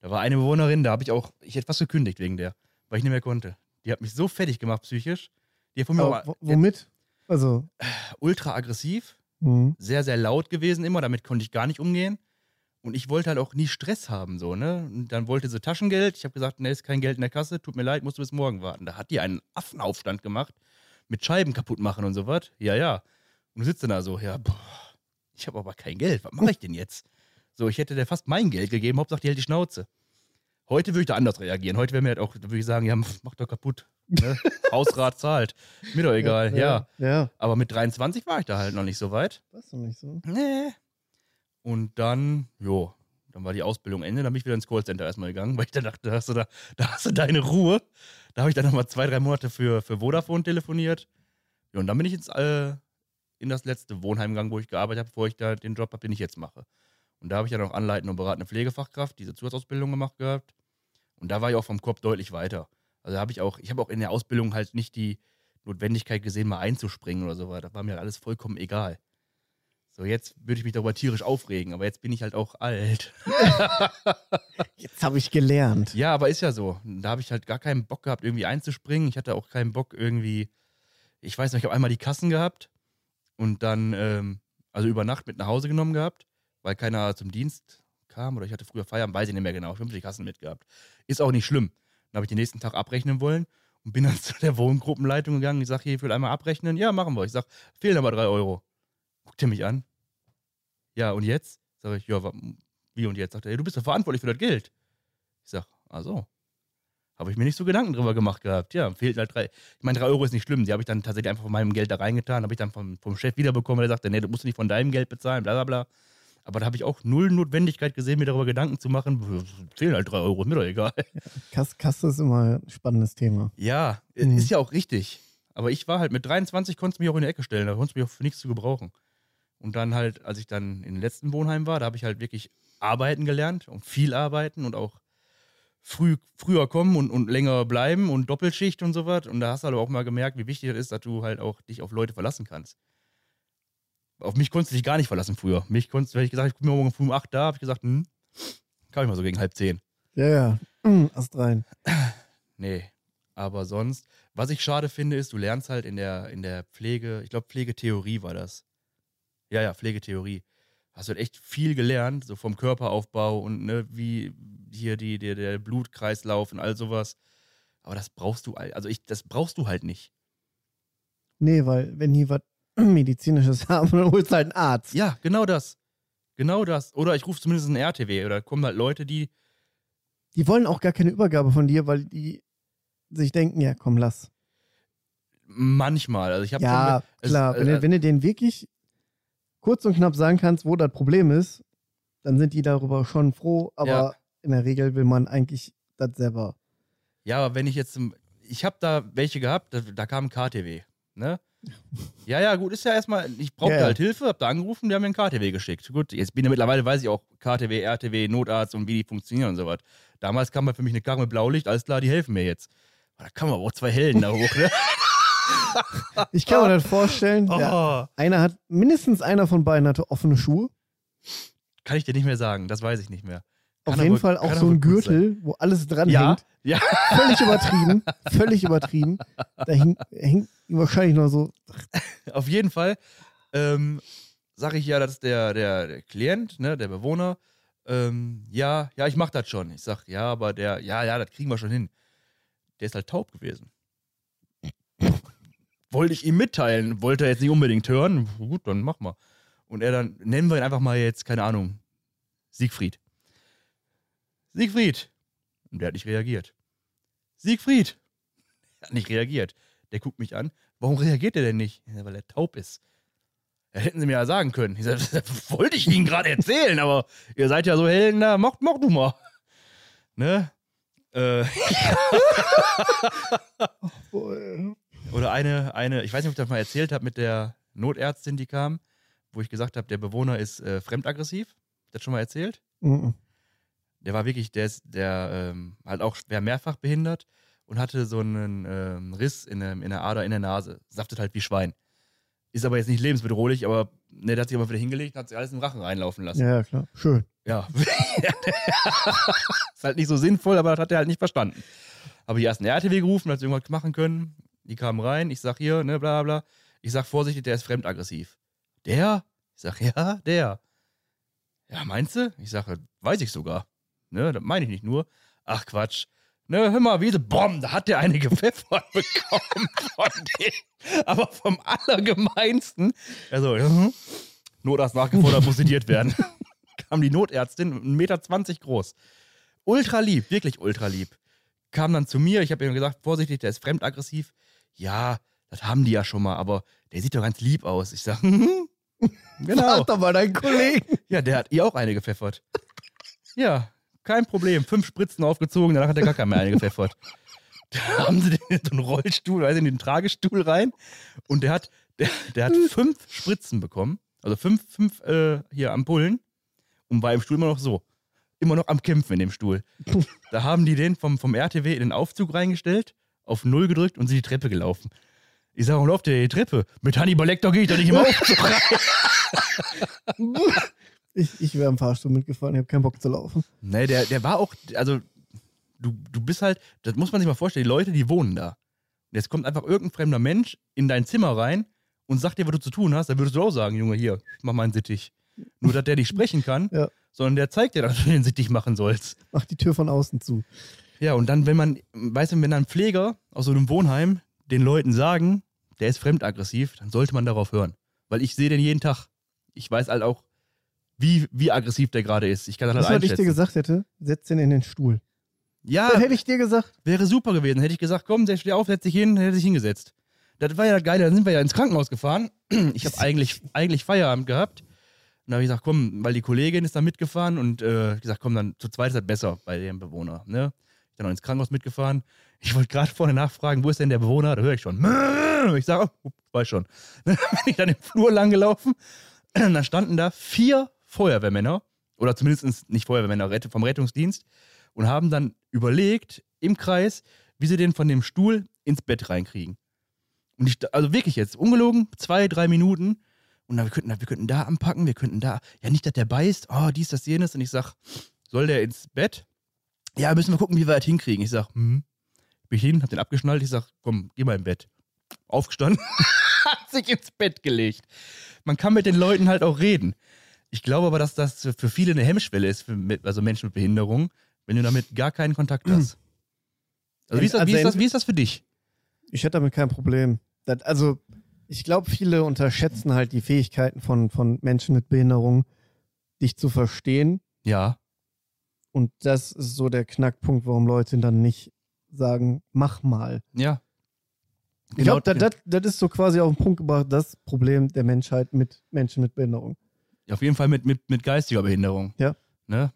[SPEAKER 1] Da war eine Bewohnerin, da habe ich auch, ich hätte fast gekündigt wegen der, weil ich nicht mehr konnte. Die hat mich so fertig gemacht psychisch. Die hat von mir
[SPEAKER 2] aber
[SPEAKER 1] auch
[SPEAKER 2] wo- womit? Also,
[SPEAKER 1] ultra aggressiv,
[SPEAKER 2] hm.
[SPEAKER 1] sehr, sehr laut gewesen immer, damit konnte ich gar nicht umgehen. Und ich wollte halt auch nie Stress haben, so, ne? Und dann wollte sie Taschengeld. Ich habe gesagt, ne, ist kein Geld in der Kasse, tut mir leid, musst du bis morgen warten. Da hat die einen Affenaufstand gemacht, mit Scheiben kaputt machen und sowas. Ja, ja. Und du sitzt dann da so, ja, boah, ich habe aber kein Geld, was mache ich denn jetzt? So, ich hätte der fast mein Geld gegeben, Hauptsache die hält die Schnauze. Heute würde ich da anders reagieren. Heute wäre mir halt auch, würde ich sagen, ja, mach doch kaputt. Ne? Hausrat zahlt. Mir doch egal, ja.
[SPEAKER 2] Ja, ja.
[SPEAKER 1] Aber mit 23 war ich da halt noch nicht so weit.
[SPEAKER 2] weißt du nicht so.
[SPEAKER 1] Nee. Und dann, jo, dann war die Ausbildung Ende, dann bin ich wieder ins Callcenter erstmal gegangen, weil ich dann dachte, da hast du, da, da hast du deine Ruhe. Da habe ich dann nochmal zwei, drei Monate für, für Vodafone telefoniert. Ja, und dann bin ich ins, äh, in das letzte Wohnheim gegangen, wo ich gearbeitet habe, bevor ich da den Job habe, den ich jetzt mache. Und da habe ich dann auch anleitende und beratende Pflegefachkraft, diese Zusatzausbildung gemacht gehabt. Und da war ich auch vom Kopf deutlich weiter. Also da habe ich auch, ich habe auch in der Ausbildung halt nicht die Notwendigkeit gesehen, mal einzuspringen oder so weiter. Das war mir alles vollkommen egal. So, jetzt würde ich mich darüber tierisch aufregen, aber jetzt bin ich halt auch alt.
[SPEAKER 2] Jetzt habe ich gelernt.
[SPEAKER 1] Ja, aber ist ja so. Da habe ich halt gar keinen Bock gehabt, irgendwie einzuspringen. Ich hatte auch keinen Bock, irgendwie. Ich weiß noch, ich habe einmal die Kassen gehabt und dann, ähm, also über Nacht mit nach Hause genommen gehabt, weil keiner zum Dienst kam oder ich hatte früher Feierabend, weiß ich nicht mehr genau. Ich habe die Kassen mitgehabt. Ist auch nicht schlimm. Dann habe ich den nächsten Tag abrechnen wollen und bin dann zu der Wohngruppenleitung gegangen. Ich sage, hier, ich will einmal abrechnen. Ja, machen wir. Ich sage, fehlen aber drei Euro. Guckt ihr mich an? ja, und jetzt? Sag ich, ja, wa- wie und jetzt? Sagt er, ja, du bist ja verantwortlich für das Geld. Ich sag, also. Habe ich mir nicht so Gedanken drüber gemacht gehabt. Ja, fehlt halt drei. Ich meine, drei Euro ist nicht schlimm. Die habe ich dann tatsächlich einfach von meinem Geld da reingetan. Habe ich dann vom, vom Chef wiederbekommen. Der sagte, nee, das musst du nicht von deinem Geld bezahlen, bla bla bla. Aber da habe ich auch null Notwendigkeit gesehen, mir darüber Gedanken zu machen. Fehlen halt drei Euro, ist mir doch egal.
[SPEAKER 2] Kass, Kasse ist immer ein spannendes Thema.
[SPEAKER 1] Ja,
[SPEAKER 2] Mhm.
[SPEAKER 1] ist ja auch richtig. Aber ich war halt mit 23, konnte mich auch in die Ecke stellen, da konnte mich auch für nichts zu gebrauchen. Und dann halt, als ich dann in den letzten Wohnheim war, da habe ich halt wirklich arbeiten gelernt und viel arbeiten und auch früh, früher kommen und, und länger bleiben und Doppelschicht und sowas. Und da hast du halt auch mal gemerkt, wie wichtig das ist, dass du halt auch dich auf Leute verlassen kannst. Auf mich konntest du dich gar nicht verlassen früher. Mich konntest, wenn ich gesagt habe, ich bin morgen früh um 8 da, habe ich gesagt, hm, kann ich mal so gegen halb 10.
[SPEAKER 2] Ja, ja. Mm, Ast rein.
[SPEAKER 1] Nee, aber sonst, was ich schade finde, ist, du lernst halt in der, in der Pflege, ich glaube Pflegetheorie war das. Ja, ja, Pflegetheorie. Hast du halt echt viel gelernt, so vom Körperaufbau und ne, wie hier die, die, der Blutkreislauf und all sowas. Aber das brauchst du, all- also ich, das brauchst du halt nicht.
[SPEAKER 2] Nee, weil wenn die was Medizinisches haben, dann holst du halt einen Arzt.
[SPEAKER 1] Ja, genau das. Genau das. Oder ich rufe zumindest einen RTW oder kommen halt Leute, die,
[SPEAKER 2] Die wollen auch gar keine Übergabe von dir, weil die sich denken, ja, komm, lass.
[SPEAKER 1] manchmal, also ich habe
[SPEAKER 2] Ja,
[SPEAKER 1] es-
[SPEAKER 2] klar. wenn,
[SPEAKER 1] äh,
[SPEAKER 2] du, wenn du denen wirklich kurz und knapp sagen kannst, wo das Problem ist, dann sind die darüber schon froh, aber
[SPEAKER 1] Ja.
[SPEAKER 2] in der Regel will man eigentlich das selber.
[SPEAKER 1] Ja, aber wenn ich jetzt, zum- ich habe da welche gehabt, da, da kam KTW, ne? Ja, ja, gut, ist ja erstmal, ich brauchte
[SPEAKER 2] Ja, ja.
[SPEAKER 1] halt Hilfe, hab da angerufen, die haben mir einen KTW geschickt. Gut, jetzt bin ich mittlerweile, weiß ich auch KTW, RTW, Notarzt und wie die funktionieren und sowas. Damals kam halt für mich eine Karre mit Blaulicht, alles klar, die helfen mir jetzt. Aber Da kamen aber auch zwei Helden da hoch, ne?
[SPEAKER 2] Ich kann mir das vorstellen.
[SPEAKER 1] Oh,
[SPEAKER 2] Ja, einer hat, mindestens einer von beiden hatte offene Schuhe.
[SPEAKER 1] kann ich dir nicht mehr sagen, das weiß ich nicht mehr.
[SPEAKER 2] Auf
[SPEAKER 1] Kann
[SPEAKER 2] jeden
[SPEAKER 1] aber-
[SPEAKER 2] Fall
[SPEAKER 1] kann
[SPEAKER 2] auch so
[SPEAKER 1] aber
[SPEAKER 2] ein
[SPEAKER 1] gut
[SPEAKER 2] Gürtel, wo alles dran
[SPEAKER 1] Ja,
[SPEAKER 2] hängt.
[SPEAKER 1] ja.
[SPEAKER 2] Völlig übertrieben. Völlig übertrieben. Da hing, hängt ihm wahrscheinlich noch so.
[SPEAKER 1] Auf jeden Fall ähm, sage ich ja, dass der, der, der Klient, ne, der Bewohner, ähm, ja, ja, ich mach das schon. Ich sag, ja, aber der, ja, ja, das kriegen wir schon hin. Der ist halt taub gewesen. Wollte ich ihm mitteilen, wollte er jetzt nicht unbedingt hören. Gut, dann mach mal. Und er dann, nennen wir ihn einfach mal jetzt, keine Ahnung, Siegfried. Siegfried. Und der hat nicht reagiert. Siegfried. Er hat nicht reagiert. Der guckt mich an. Warum reagiert er denn nicht? Ja, weil er taub ist. Ja, hätten sie mir ja sagen können. Ich sag, das wollte ich Ihnen gerade erzählen, aber ihr seid ja so Helden, da mach, mach du mal. Ne? Äh,
[SPEAKER 2] oh, äh, mm,
[SPEAKER 1] oder eine, eine, ich weiß nicht, ob ich das mal erzählt habe mit der Notärztin, die kam, wo ich gesagt habe, der Bewohner ist äh, fremdaggressiv. Hab ich das schon mal erzählt?
[SPEAKER 2] Mhm.
[SPEAKER 1] Der war wirklich, der ist, der ähm, halt auch schwer mehrfach behindert und hatte so einen ähm, Riss in, der- in der Ader in der Nase. Saftet halt wie Schwein. Ist aber jetzt nicht lebensbedrohlich, aber ne, der hat sich aber wieder hingelegt und hat sich alles in den Rachen reinlaufen lassen.
[SPEAKER 2] Ja, ja, klar. Schön.
[SPEAKER 1] Ja. ist halt nicht so sinnvoll, aber das hat er halt nicht verstanden. Habe ich erst einen RTW gerufen, hat irgendwas machen können. Die kamen rein, ich sag hier, ne, bla bla. Ich sag vorsichtig, der ist fremdaggressiv. Der? Ich sag, ja, der. Ja, meinst du? Ich sage, weiß ich sogar. Ne, das meine ich nicht nur. Ach Quatsch. Ne, hör mal, wie so, bomm, da hat der eine gepfeffert bekommen von dem. Aber vom Allergemeinsten. Also, mhm. Notarzt nachgefordert, muss sediert werden kam die Notärztin, 1,20 Meter groß. Ultra lieb, wirklich ultra lieb. Kam dann zu mir, ich habe ihm gesagt, vorsichtig, der ist fremdaggressiv. Ja, das haben die ja schon mal, aber der sieht doch ganz lieb aus. Ich sage, hm, genau.
[SPEAKER 2] Frag doch mal deinen Kollegen.
[SPEAKER 1] Ja, der hat ihr auch eine gepfeffert. Ja, kein Problem. Fünf Spritzen aufgezogen, danach hat der gar keiner mehr eine gepfeffert. Da haben sie den in so einen Rollstuhl, weiß ich, in den Tragestuhl rein. Und der hat, der, der hat fünf Spritzen bekommen. Also fünf, fünf äh, hier Ampullen. Und war im Stuhl immer noch so. Immer noch am Kämpfen in dem Stuhl. Da haben die den vom, vom RTW in den Aufzug reingestellt, auf Null gedrückt und sind die Treppe gelaufen. Ich sage, warum läuft der die Treppe? Mit Hannibal Lecter gehe ich doch nicht im Aufzug rein.
[SPEAKER 2] Ich, ich wäre im Fahrstuhl mitgefahren, ich habe keinen Bock zu laufen.
[SPEAKER 1] Nee, Ne, der, der war auch, also du, du bist halt, das muss man sich mal vorstellen, die Leute, die wohnen da. Und Jetzt kommt einfach irgendein fremder Mensch in dein Zimmer rein und sagt dir, was du zu tun hast, dann würdest du auch sagen, Junge, hier, mach mal einen Sittich. Nur, dass der nicht sprechen kann,
[SPEAKER 2] Ja.
[SPEAKER 1] sondern der zeigt dir, dass du den Sittich machen sollst.
[SPEAKER 2] Mach die Tür von außen zu.
[SPEAKER 1] Ja, und dann, wenn man, weißt du, wenn dann Pfleger aus so einem Wohnheim den Leuten sagen, der ist fremdaggressiv, dann sollte man darauf hören. Weil ich sehe den jeden Tag. Ich weiß halt auch, wie, wie aggressiv der gerade ist. Ich kann das halt
[SPEAKER 2] Was was ich
[SPEAKER 1] einschätzen.
[SPEAKER 2] dir
[SPEAKER 1] Ah.
[SPEAKER 2] gesagt hätte, setz den in den Stuhl.
[SPEAKER 1] Ja,
[SPEAKER 2] Das hätte ich dir gesagt.
[SPEAKER 1] wäre super gewesen. Hätte ich gesagt, komm, der steht auf, setz dich hin, hätte sich hingesetzt. Das war ja das Geile, dann sind wir ja ins Krankenhaus gefahren. Ich habe eigentlich, eigentlich Feierabend gehabt. Und da habe ich gesagt, komm, weil die Kollegin ist da mitgefahren und äh, gesagt, komm, dann zu zweit ist das besser bei dem Bewohner. Ne? Ich bin dann ins Krankenhaus mitgefahren. Ich wollte gerade vorne nachfragen, wo ist denn der Bewohner? Da höre ich schon. "Mö." Ich sage, oh, weiß schon. Dann bin ich dann im Flur lang gelaufen. Da standen da vier Feuerwehrmänner, oder zumindest nicht Feuerwehrmänner, Rett- vom Rettungsdienst, und haben dann überlegt im Kreis, wie sie den von dem Stuhl ins Bett reinkriegen. Und ich, also wirklich jetzt, ungelogen, zwei, drei Minuten. Und dann, wir, könnten, da- wir könnten da anpacken, wir könnten da. Ja, nicht, dass der beißt, oh, dies, das, jenes. Und ich sag, soll der ins Bett? Ja, müssen wir gucken, wie wir das hinkriegen. Ich sag, hm. Bin ich hin, hab den abgeschnallt. Ich sag, komm, geh mal im Bett. Aufgestanden, hat sich ins Bett gelegt. Man kann mit den Leuten halt auch reden. Ich glaube aber, dass das für viele eine Hemmschwelle ist, für, mit- also Menschen mit Behinderung, wenn du damit gar keinen Kontakt hast. Also, wie ist das, wie ist das, wie ist das für dich?
[SPEAKER 2] Ich hätte damit kein Problem. Das, also, ich glaube, viele unterschätzen halt die Fähigkeiten von, von Menschen mit Behinderung, dich zu verstehen.
[SPEAKER 1] Ja.
[SPEAKER 2] Und das ist so der Knackpunkt, warum Leute dann nicht sagen, mach mal.
[SPEAKER 1] Ja. Genau
[SPEAKER 2] Ich glaube, das, das, das ist so quasi auf den Punkt gebracht, das Problem der Menschheit mit Menschen mit Behinderung.
[SPEAKER 1] Ja, auf jeden Fall mit, mit, mit geistiger Behinderung.
[SPEAKER 2] Ja.
[SPEAKER 1] Ne?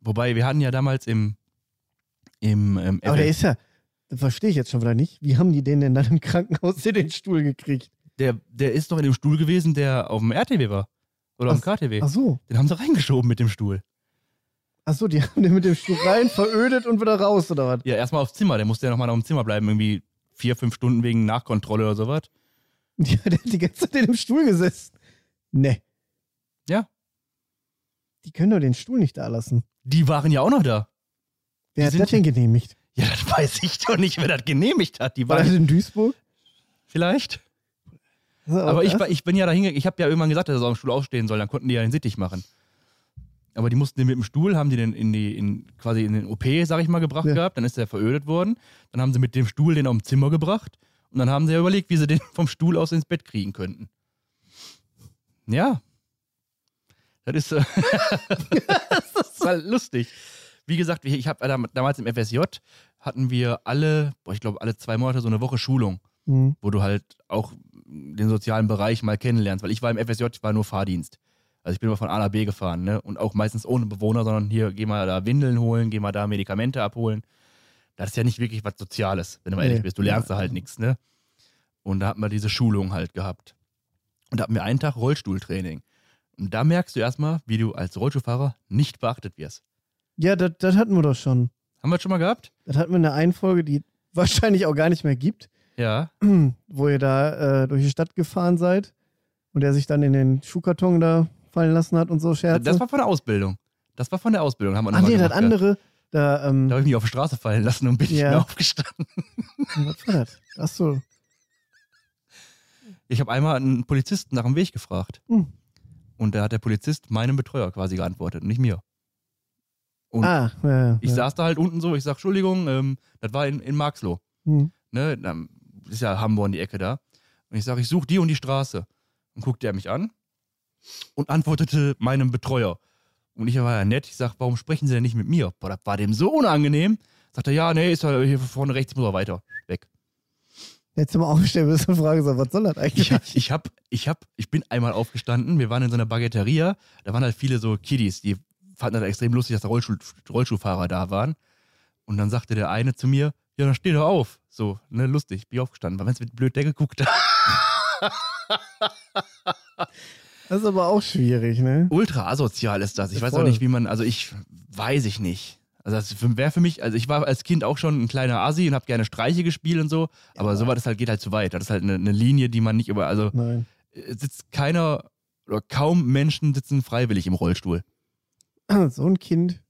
[SPEAKER 1] Wobei, wir hatten ja damals im. im, ähm,
[SPEAKER 2] Aber der
[SPEAKER 1] FL
[SPEAKER 2] ist ja, das verstehe ich jetzt schon wieder nicht. Wie haben die den denn dann im Krankenhaus in den Stuhl gekriegt?
[SPEAKER 1] der, der ist noch in dem Stuhl gewesen, der auf dem RTW war. Oder auf dem KTW.
[SPEAKER 2] Ach so,
[SPEAKER 1] Den haben sie reingeschoben mit dem Stuhl.
[SPEAKER 2] ach so, die haben den mit dem Stuhl rein, verödet und wieder raus oder was?
[SPEAKER 1] Ja, erstmal aufs Zimmer. Der musste ja nochmal auf dem Zimmer bleiben. Irgendwie vier, fünf Stunden wegen Nachkontrolle oder sowas.
[SPEAKER 2] Ja, der hat die ganze Zeit in dem Stuhl gesessen. Ne.
[SPEAKER 1] Ja.
[SPEAKER 2] Die können doch den Stuhl nicht da lassen.
[SPEAKER 1] Die waren ja auch noch da. Die
[SPEAKER 2] Wer hat
[SPEAKER 1] sind
[SPEAKER 2] das denn genehmigt?
[SPEAKER 1] Ja, das weiß ich doch nicht, wer das genehmigt hat. Die
[SPEAKER 2] War das
[SPEAKER 1] waren
[SPEAKER 2] in Duisburg?
[SPEAKER 1] vielleicht.
[SPEAKER 2] Also,
[SPEAKER 1] Aber ich,
[SPEAKER 2] das-
[SPEAKER 1] war- ich bin ja da hingegangen. Ich habe ja irgendwann gesagt, dass er auf dem Stuhl aufstehen soll. Dann konnten die ja den sittig machen. Aber die mussten den mit dem Stuhl, haben die den in die, in, quasi in den OP, sag ich mal, gebracht
[SPEAKER 2] Ja.
[SPEAKER 1] gehabt. Dann ist der verödet worden. Dann haben sie mit dem Stuhl den auf dem Zimmer gebracht. Und dann haben sie ja überlegt, wie sie den vom Stuhl aus ins Bett kriegen könnten. Ja. Das ist, äh, das ist halt lustig. Wie gesagt, ich ich habe damals im FSJ hatten wir alle, boah, ich glaube, alle zwei Monate so eine Woche Schulung
[SPEAKER 2] Hm.
[SPEAKER 1] wo du halt auch den sozialen Bereich mal kennenlernst. Weil ich war im FSJ, ich war nur Fahrdienst. Also ich bin immer von A nach B gefahren, ne? Und auch meistens ohne Bewohner, sondern hier, geh mal da Windeln holen, geh mal da Medikamente abholen. Das ist ja nicht wirklich was Soziales, wenn du mal ehrlich
[SPEAKER 2] Nee.
[SPEAKER 1] bist. Du lernst da halt nichts, ne? Und da hatten wir diese Schulung halt gehabt. Und da hatten wir einen Tag Rollstuhltraining. Und da merkst du erstmal, wie du als Rollstuhlfahrer nicht beachtet wirst.
[SPEAKER 2] Ja, das, das hatten wir doch schon.
[SPEAKER 1] Haben wir das schon mal gehabt?
[SPEAKER 2] Das hatten wir in der einen Folge, die wahrscheinlich auch gar nicht mehr gibt,
[SPEAKER 1] Ja.
[SPEAKER 2] wo ihr da äh, durch die Stadt gefahren seid und der sich dann in den Schuhkarton da fallen lassen hat und so Scherze.
[SPEAKER 1] Das war von der Ausbildung. Das war von der Ausbildung. Haben wir noch
[SPEAKER 2] Ach
[SPEAKER 1] mal
[SPEAKER 2] nee, das
[SPEAKER 1] gemacht, ja.
[SPEAKER 2] andere, da, ähm,
[SPEAKER 1] Da habe ich mich auf die Straße fallen lassen und bin nicht
[SPEAKER 2] Ja.
[SPEAKER 1] mehr aufgestanden.
[SPEAKER 2] was war das? Ach so.
[SPEAKER 1] Ich habe einmal einen Polizisten nach dem Weg gefragt.
[SPEAKER 2] Hm.
[SPEAKER 1] Und da hat der Polizist meinem Betreuer quasi geantwortet, nicht mir. Und
[SPEAKER 2] ah, ja, ja.
[SPEAKER 1] ich saß da halt unten so, ich sag, Entschuldigung, ähm, das war in, in Marxloh.
[SPEAKER 2] Hm.
[SPEAKER 1] Ne? da Ist ja Hamburg in die Ecke da. Und ich sage, ich suche die und die Straße. Und guckte er mich an und antwortete meinem Betreuer. Und ich war ja nett, ich sage, warum sprechen Sie denn nicht mit mir? Boah, das war dem so unangenehm. Sagt er, ja, nee, ist ja hier vorne rechts, muss er weiter. Weg.
[SPEAKER 2] Jetzt mal aufstellen müssen und fragen, so, was soll das eigentlich?
[SPEAKER 1] Ich, hab- ich, hab, ich, hab, ich bin einmal aufgestanden, wir waren in so einer Baguetteria, da waren halt viele so Kiddies, die fanden das extrem lustig, dass da Rollstuhl, Rollstuhlfahrer da waren. Und dann sagte der eine zu mir, ja, dann steh doch auf. So, ne, lustig, bin ich aufgestanden, weil wenn's mit blöd der geguckt hat.
[SPEAKER 2] Das ist aber auch schwierig, ne?
[SPEAKER 1] Ultra asozial ist das. Ich
[SPEAKER 2] Ja,
[SPEAKER 1] weiß auch
[SPEAKER 2] voll.
[SPEAKER 1] nicht, wie man, also ich weiß ich nicht. Also das wäre für mich, also ich war als Kind auch schon ein kleiner Asi und habe gerne Streiche gespielt und so, aber sowas ist halt, geht halt zu weit. Das ist halt eine, eine Linie, die man nicht über, also
[SPEAKER 2] Nein.
[SPEAKER 1] äh, sitzt keiner oder kaum Menschen sitzen freiwillig im Rollstuhl.
[SPEAKER 2] So ein Kind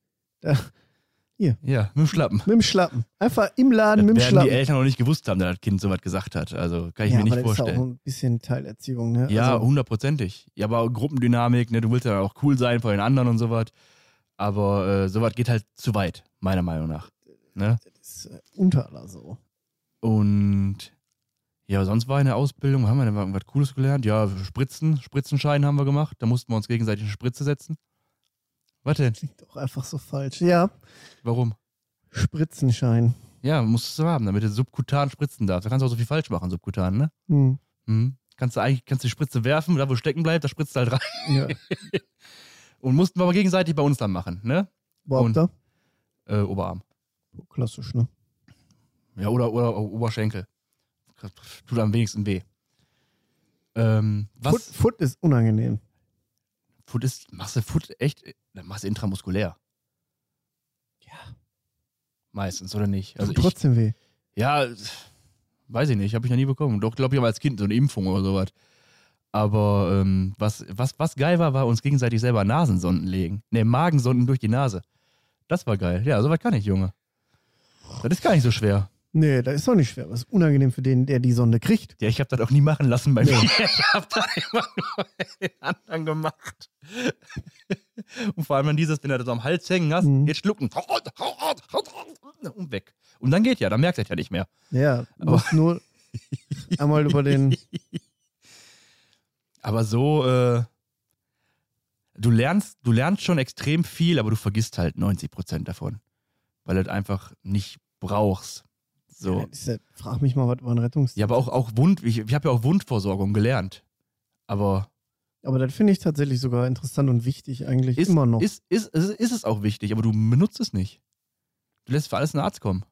[SPEAKER 1] Ja, mit dem Schlappen.
[SPEAKER 2] mit dem Schlappen. Einfach im
[SPEAKER 1] Das
[SPEAKER 2] Laden mit dem
[SPEAKER 1] werden die
[SPEAKER 2] Schlappen.
[SPEAKER 1] Eltern noch nicht gewusst haben, dass das Kind so was gesagt hat. Also kann ich
[SPEAKER 2] ja,
[SPEAKER 1] mir nicht
[SPEAKER 2] aber das ist ja auch
[SPEAKER 1] vorstellen.
[SPEAKER 2] ein bisschen Teilerziehung, ne?
[SPEAKER 1] Ja,
[SPEAKER 2] also,
[SPEAKER 1] hundertprozentig. Ja, aber Gruppendynamik, ne, du willst ja auch cool sein vor den anderen und sowas. Aber äh, sowas geht halt zu weit, meiner Meinung nach. Ne?
[SPEAKER 2] das ist äh, unter aller so.
[SPEAKER 1] Und ja, sonst war in der Ausbildung, haben wir denn irgendwas Cooles gelernt? Ja, Spritzen, Spritzenschein haben wir gemacht. Da mussten wir uns gegenseitig eine Spritze setzen. Was denn?
[SPEAKER 2] Klingt auch einfach so falsch. Ja,
[SPEAKER 1] Warum?
[SPEAKER 2] Spritzenschein.
[SPEAKER 1] Ja, musst du haben, damit du subkutan spritzen darfst. Da kannst du auch so viel falsch machen, subkutan, ne?
[SPEAKER 2] Hm.
[SPEAKER 1] Mhm. Kannst du eigentlich kannst die Spritze werfen, da wo stecken bleibt, da spritzt du halt rein.
[SPEAKER 2] Ja.
[SPEAKER 1] Und mussten wir aber gegenseitig bei uns dann machen, ne?
[SPEAKER 2] Behaupter?
[SPEAKER 1] Äh, Oberarm.
[SPEAKER 2] Klassisch, ne?
[SPEAKER 1] Ja, oder, oder Oberschenkel. Tut am wenigsten weh. Ähm,
[SPEAKER 2] Foot,
[SPEAKER 1] was? Foot,
[SPEAKER 2] Foot ist unangenehm.
[SPEAKER 1] ist, machst du Foot echt, dann machst du intramuskulär.
[SPEAKER 2] Ja.
[SPEAKER 1] Meistens, oder nicht?
[SPEAKER 2] Also
[SPEAKER 1] Also ich,
[SPEAKER 2] trotzdem weh.
[SPEAKER 1] ja, weiß ich nicht, habe ich noch nie bekommen. Doch, glaube ich, aber als Kind so eine Impfung oder sowas. Aber ähm, was, was, was geil war, war uns gegenseitig selber Nasensonden legen. Ne, Magensonden durch die Nase. Das war geil. Ja, sowas kann ich, Junge. Das ist gar nicht so schwer.
[SPEAKER 2] Nee, das ist doch nicht schwer. Das ist unangenehm für den, der die Sonde kriegt.
[SPEAKER 1] Ja, ich habe das auch nie machen lassen bei mir.
[SPEAKER 2] Nee.
[SPEAKER 1] Ich habe das immer nur den anderen gemacht. Und vor allem dann dieses, wenn du das am Hals hängen hast,
[SPEAKER 2] Mhm.
[SPEAKER 1] jetzt schlucken. Und weg. Und dann geht ja, dann merkt er es ja nicht mehr.
[SPEAKER 2] Ja,
[SPEAKER 1] Aber-
[SPEAKER 2] muss nur einmal über den.
[SPEAKER 1] Aber so, äh, du lernst, du lernst schon extrem viel, aber du vergisst halt 90 Prozent davon, weil du es einfach nicht brauchst. So.
[SPEAKER 2] Ist ja- Frag mich mal, was über einen Rettungsdienst.
[SPEAKER 1] Ja, aber auch, auch Wund, ich, ich habe ja auch Wundversorgung gelernt. Aber
[SPEAKER 2] Aber das finde ich tatsächlich sogar interessant und wichtig eigentlich
[SPEAKER 1] ist,
[SPEAKER 2] immer noch.
[SPEAKER 1] Ist, ist, ist, ist es auch wichtig, aber du benutzt es nicht. Du lässt für alles einen Arzt kommen.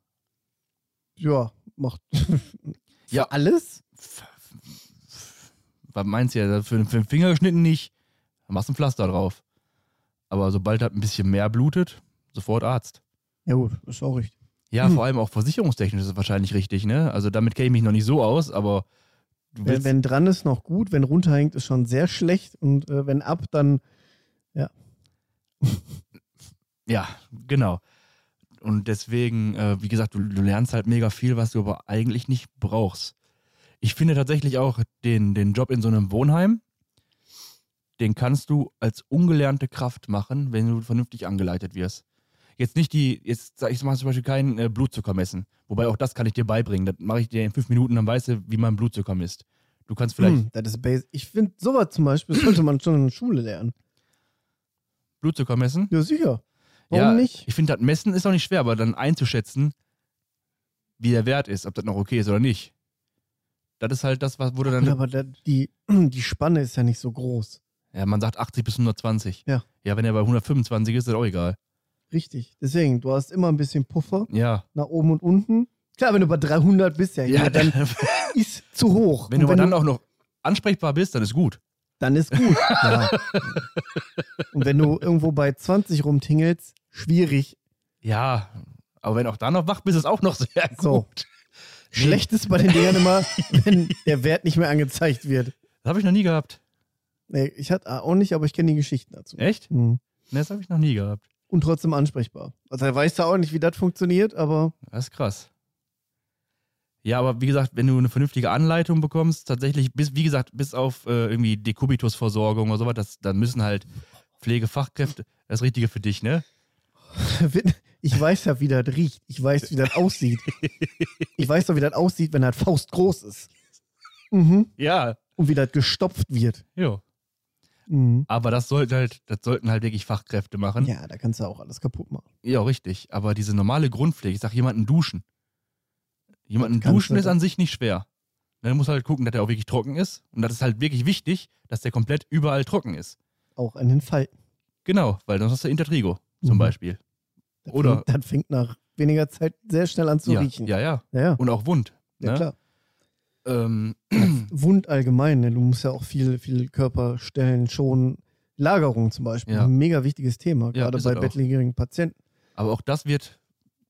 [SPEAKER 2] ja, macht.
[SPEAKER 1] Ja.
[SPEAKER 2] Für alles?
[SPEAKER 1] Was meinst du ja? Für, für den Finger geschnitten nicht. Dann machst du ein Pflaster drauf. Aber sobald das ein bisschen mehr blutet, sofort Arzt.
[SPEAKER 2] Ja gut, ist auch richtig.
[SPEAKER 1] Ja,
[SPEAKER 2] Hm.
[SPEAKER 1] vor allem auch versicherungstechnisch ist es wahrscheinlich richtig, ne? Also damit kenne ich mich noch nicht so aus, aber du
[SPEAKER 2] Wenn,
[SPEAKER 1] willst,
[SPEAKER 2] wenn dran ist, noch gut. Wenn runterhängt, ist schon sehr schlecht. Und äh, wenn ab, dann
[SPEAKER 1] ja, genau. Und deswegen, äh, wie gesagt, du, du lernst halt mega viel, was du aber eigentlich nicht brauchst. Ich finde tatsächlich auch den, den Job in so einem Wohnheim, den kannst du als ungelernte Kraft machen, wenn du vernünftig angeleitet wirst. Jetzt nicht die, jetzt sag ich mal zum Beispiel kein äh, Blutzucker messen. Wobei auch das kann ich dir beibringen. Das mache ich dir in fünf Minuten, dann weißt du, wie man Blutzucker misst. Du kannst vielleicht
[SPEAKER 2] Hm, das ist basic. Ich finde, sowas zum Beispiel sollte man schon in der Schule lernen.
[SPEAKER 1] Blutzucker messen.
[SPEAKER 2] Ja, sicher. Warum
[SPEAKER 1] ja,
[SPEAKER 2] nicht?
[SPEAKER 1] Ich finde, das Messen ist auch nicht schwer, aber dann einzuschätzen, wie der Wert ist, ob das noch okay ist oder nicht. Das ist halt das, was wurde dann.
[SPEAKER 2] Ja, aber da, die, die Spanne ist ja nicht so groß.
[SPEAKER 1] ja, man sagt 80 bis 120.
[SPEAKER 2] Ja.
[SPEAKER 1] Ja, wenn er bei 125 ist, ist das auch egal.
[SPEAKER 2] Richtig. Deswegen, du hast immer ein bisschen Puffer
[SPEAKER 1] Ja.
[SPEAKER 2] nach oben und unten. Klar, wenn du bei 300 bist, ja, ja dann ist zu hoch.
[SPEAKER 1] wenn
[SPEAKER 2] Und
[SPEAKER 1] du aber dann auch noch ansprechbar bist, dann ist gut.
[SPEAKER 2] dann ist gut. ja. Und wenn du irgendwo bei 20 rumtingelst, schwierig.
[SPEAKER 1] Ja. Aber wenn auch da noch wach bist, ist auch noch sehr gut.
[SPEAKER 2] So.
[SPEAKER 1] Nee.
[SPEAKER 2] Schlecht ist bei den Dingern immer, wenn der Wert nicht mehr angezeigt wird.
[SPEAKER 1] Das habe ich noch nie gehabt.
[SPEAKER 2] Nee, ich hatte auch nicht, aber ich kenne die Geschichten dazu.
[SPEAKER 1] Echt?
[SPEAKER 2] Hm.
[SPEAKER 1] Ne, das habe ich noch nie gehabt.
[SPEAKER 2] und trotzdem ansprechbar. Also er weiß da auch nicht, wie das funktioniert, aber
[SPEAKER 1] Das ist krass. Ja, aber wie gesagt, wenn du eine vernünftige Anleitung bekommst, tatsächlich, bis, wie gesagt, bis auf äh, irgendwie Dekubitusversorgung oder sowas, das, dann müssen halt Pflegefachkräfte, das Richtige für dich, ne?
[SPEAKER 2] ich weiß ja, wie das riecht. Ich weiß, wie das aussieht. Ich weiß doch, wie das aussieht, wenn das Faust groß ist. Mhm.
[SPEAKER 1] Ja,
[SPEAKER 2] Und wie das gestopft wird.
[SPEAKER 1] jo.
[SPEAKER 2] Mhm.
[SPEAKER 1] Aber das sollte halt, das sollten halt wirklich Fachkräfte machen. Ja,
[SPEAKER 2] Ja, da kannst du auch alles kaputt machen.
[SPEAKER 1] richtig. Aber diese normale Grundpflege, ich sag jemanden duschen. Jemanden
[SPEAKER 2] Kannst
[SPEAKER 1] duschen
[SPEAKER 2] du
[SPEAKER 1] ist an sich nicht schwer. Dann musst du halt gucken, dass der auch wirklich trocken ist. Und das ist halt wirklich wichtig, dass der komplett überall trocken ist.
[SPEAKER 2] Auch an den Falten.
[SPEAKER 1] Genau, weil sonst hast du Intertrigo zum
[SPEAKER 2] Mhm.
[SPEAKER 1] Beispiel.
[SPEAKER 2] Das
[SPEAKER 1] Oder-
[SPEAKER 2] Fängt, das fängt nach weniger Zeit sehr schnell an zu
[SPEAKER 1] ja,
[SPEAKER 2] riechen.
[SPEAKER 1] ja, ja.
[SPEAKER 2] ja, ja.
[SPEAKER 1] Und auch wund.
[SPEAKER 2] Ja,
[SPEAKER 1] ne?
[SPEAKER 2] klar.
[SPEAKER 1] Ähm,
[SPEAKER 2] Wund allgemein, ne? du musst ja auch viel, viel Körperstellen schon. Lagerung zum Beispiel,
[SPEAKER 1] Ja.
[SPEAKER 2] ein mega wichtiges Thema,
[SPEAKER 1] Ja,
[SPEAKER 2] gerade
[SPEAKER 1] ist
[SPEAKER 2] bei
[SPEAKER 1] es auch.
[SPEAKER 2] bettlägerigen Patienten.
[SPEAKER 1] aber auch das wird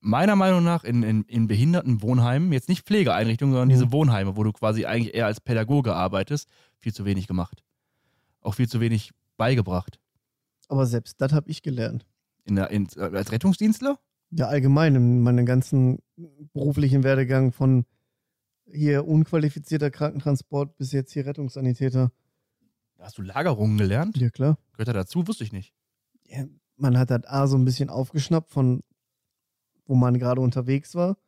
[SPEAKER 1] meiner Meinung nach in, in, in Behindertenwohnheimen, jetzt nicht Pflegeeinrichtungen, sondern
[SPEAKER 2] Mhm.
[SPEAKER 1] diese Wohnheime, wo du quasi eigentlich eher als Pädagoge arbeitest, viel zu wenig gemacht. Auch viel zu wenig beigebracht.
[SPEAKER 2] Aber selbst das habe ich gelernt.
[SPEAKER 1] In der, in, äh, als Rettungsdienstler?
[SPEAKER 2] Ja, allgemein in meinem ganzen beruflichen Werdegang von hier unqualifizierter Krankentransport bis jetzt hier Rettungssanitäter.
[SPEAKER 1] Da hast du Lagerungen gelernt?
[SPEAKER 2] Ja, klar.
[SPEAKER 1] Gehört da dazu? Wusste ich nicht.
[SPEAKER 2] Ja, man hat das A so ein bisschen aufgeschnappt von, wo man gerade unterwegs war.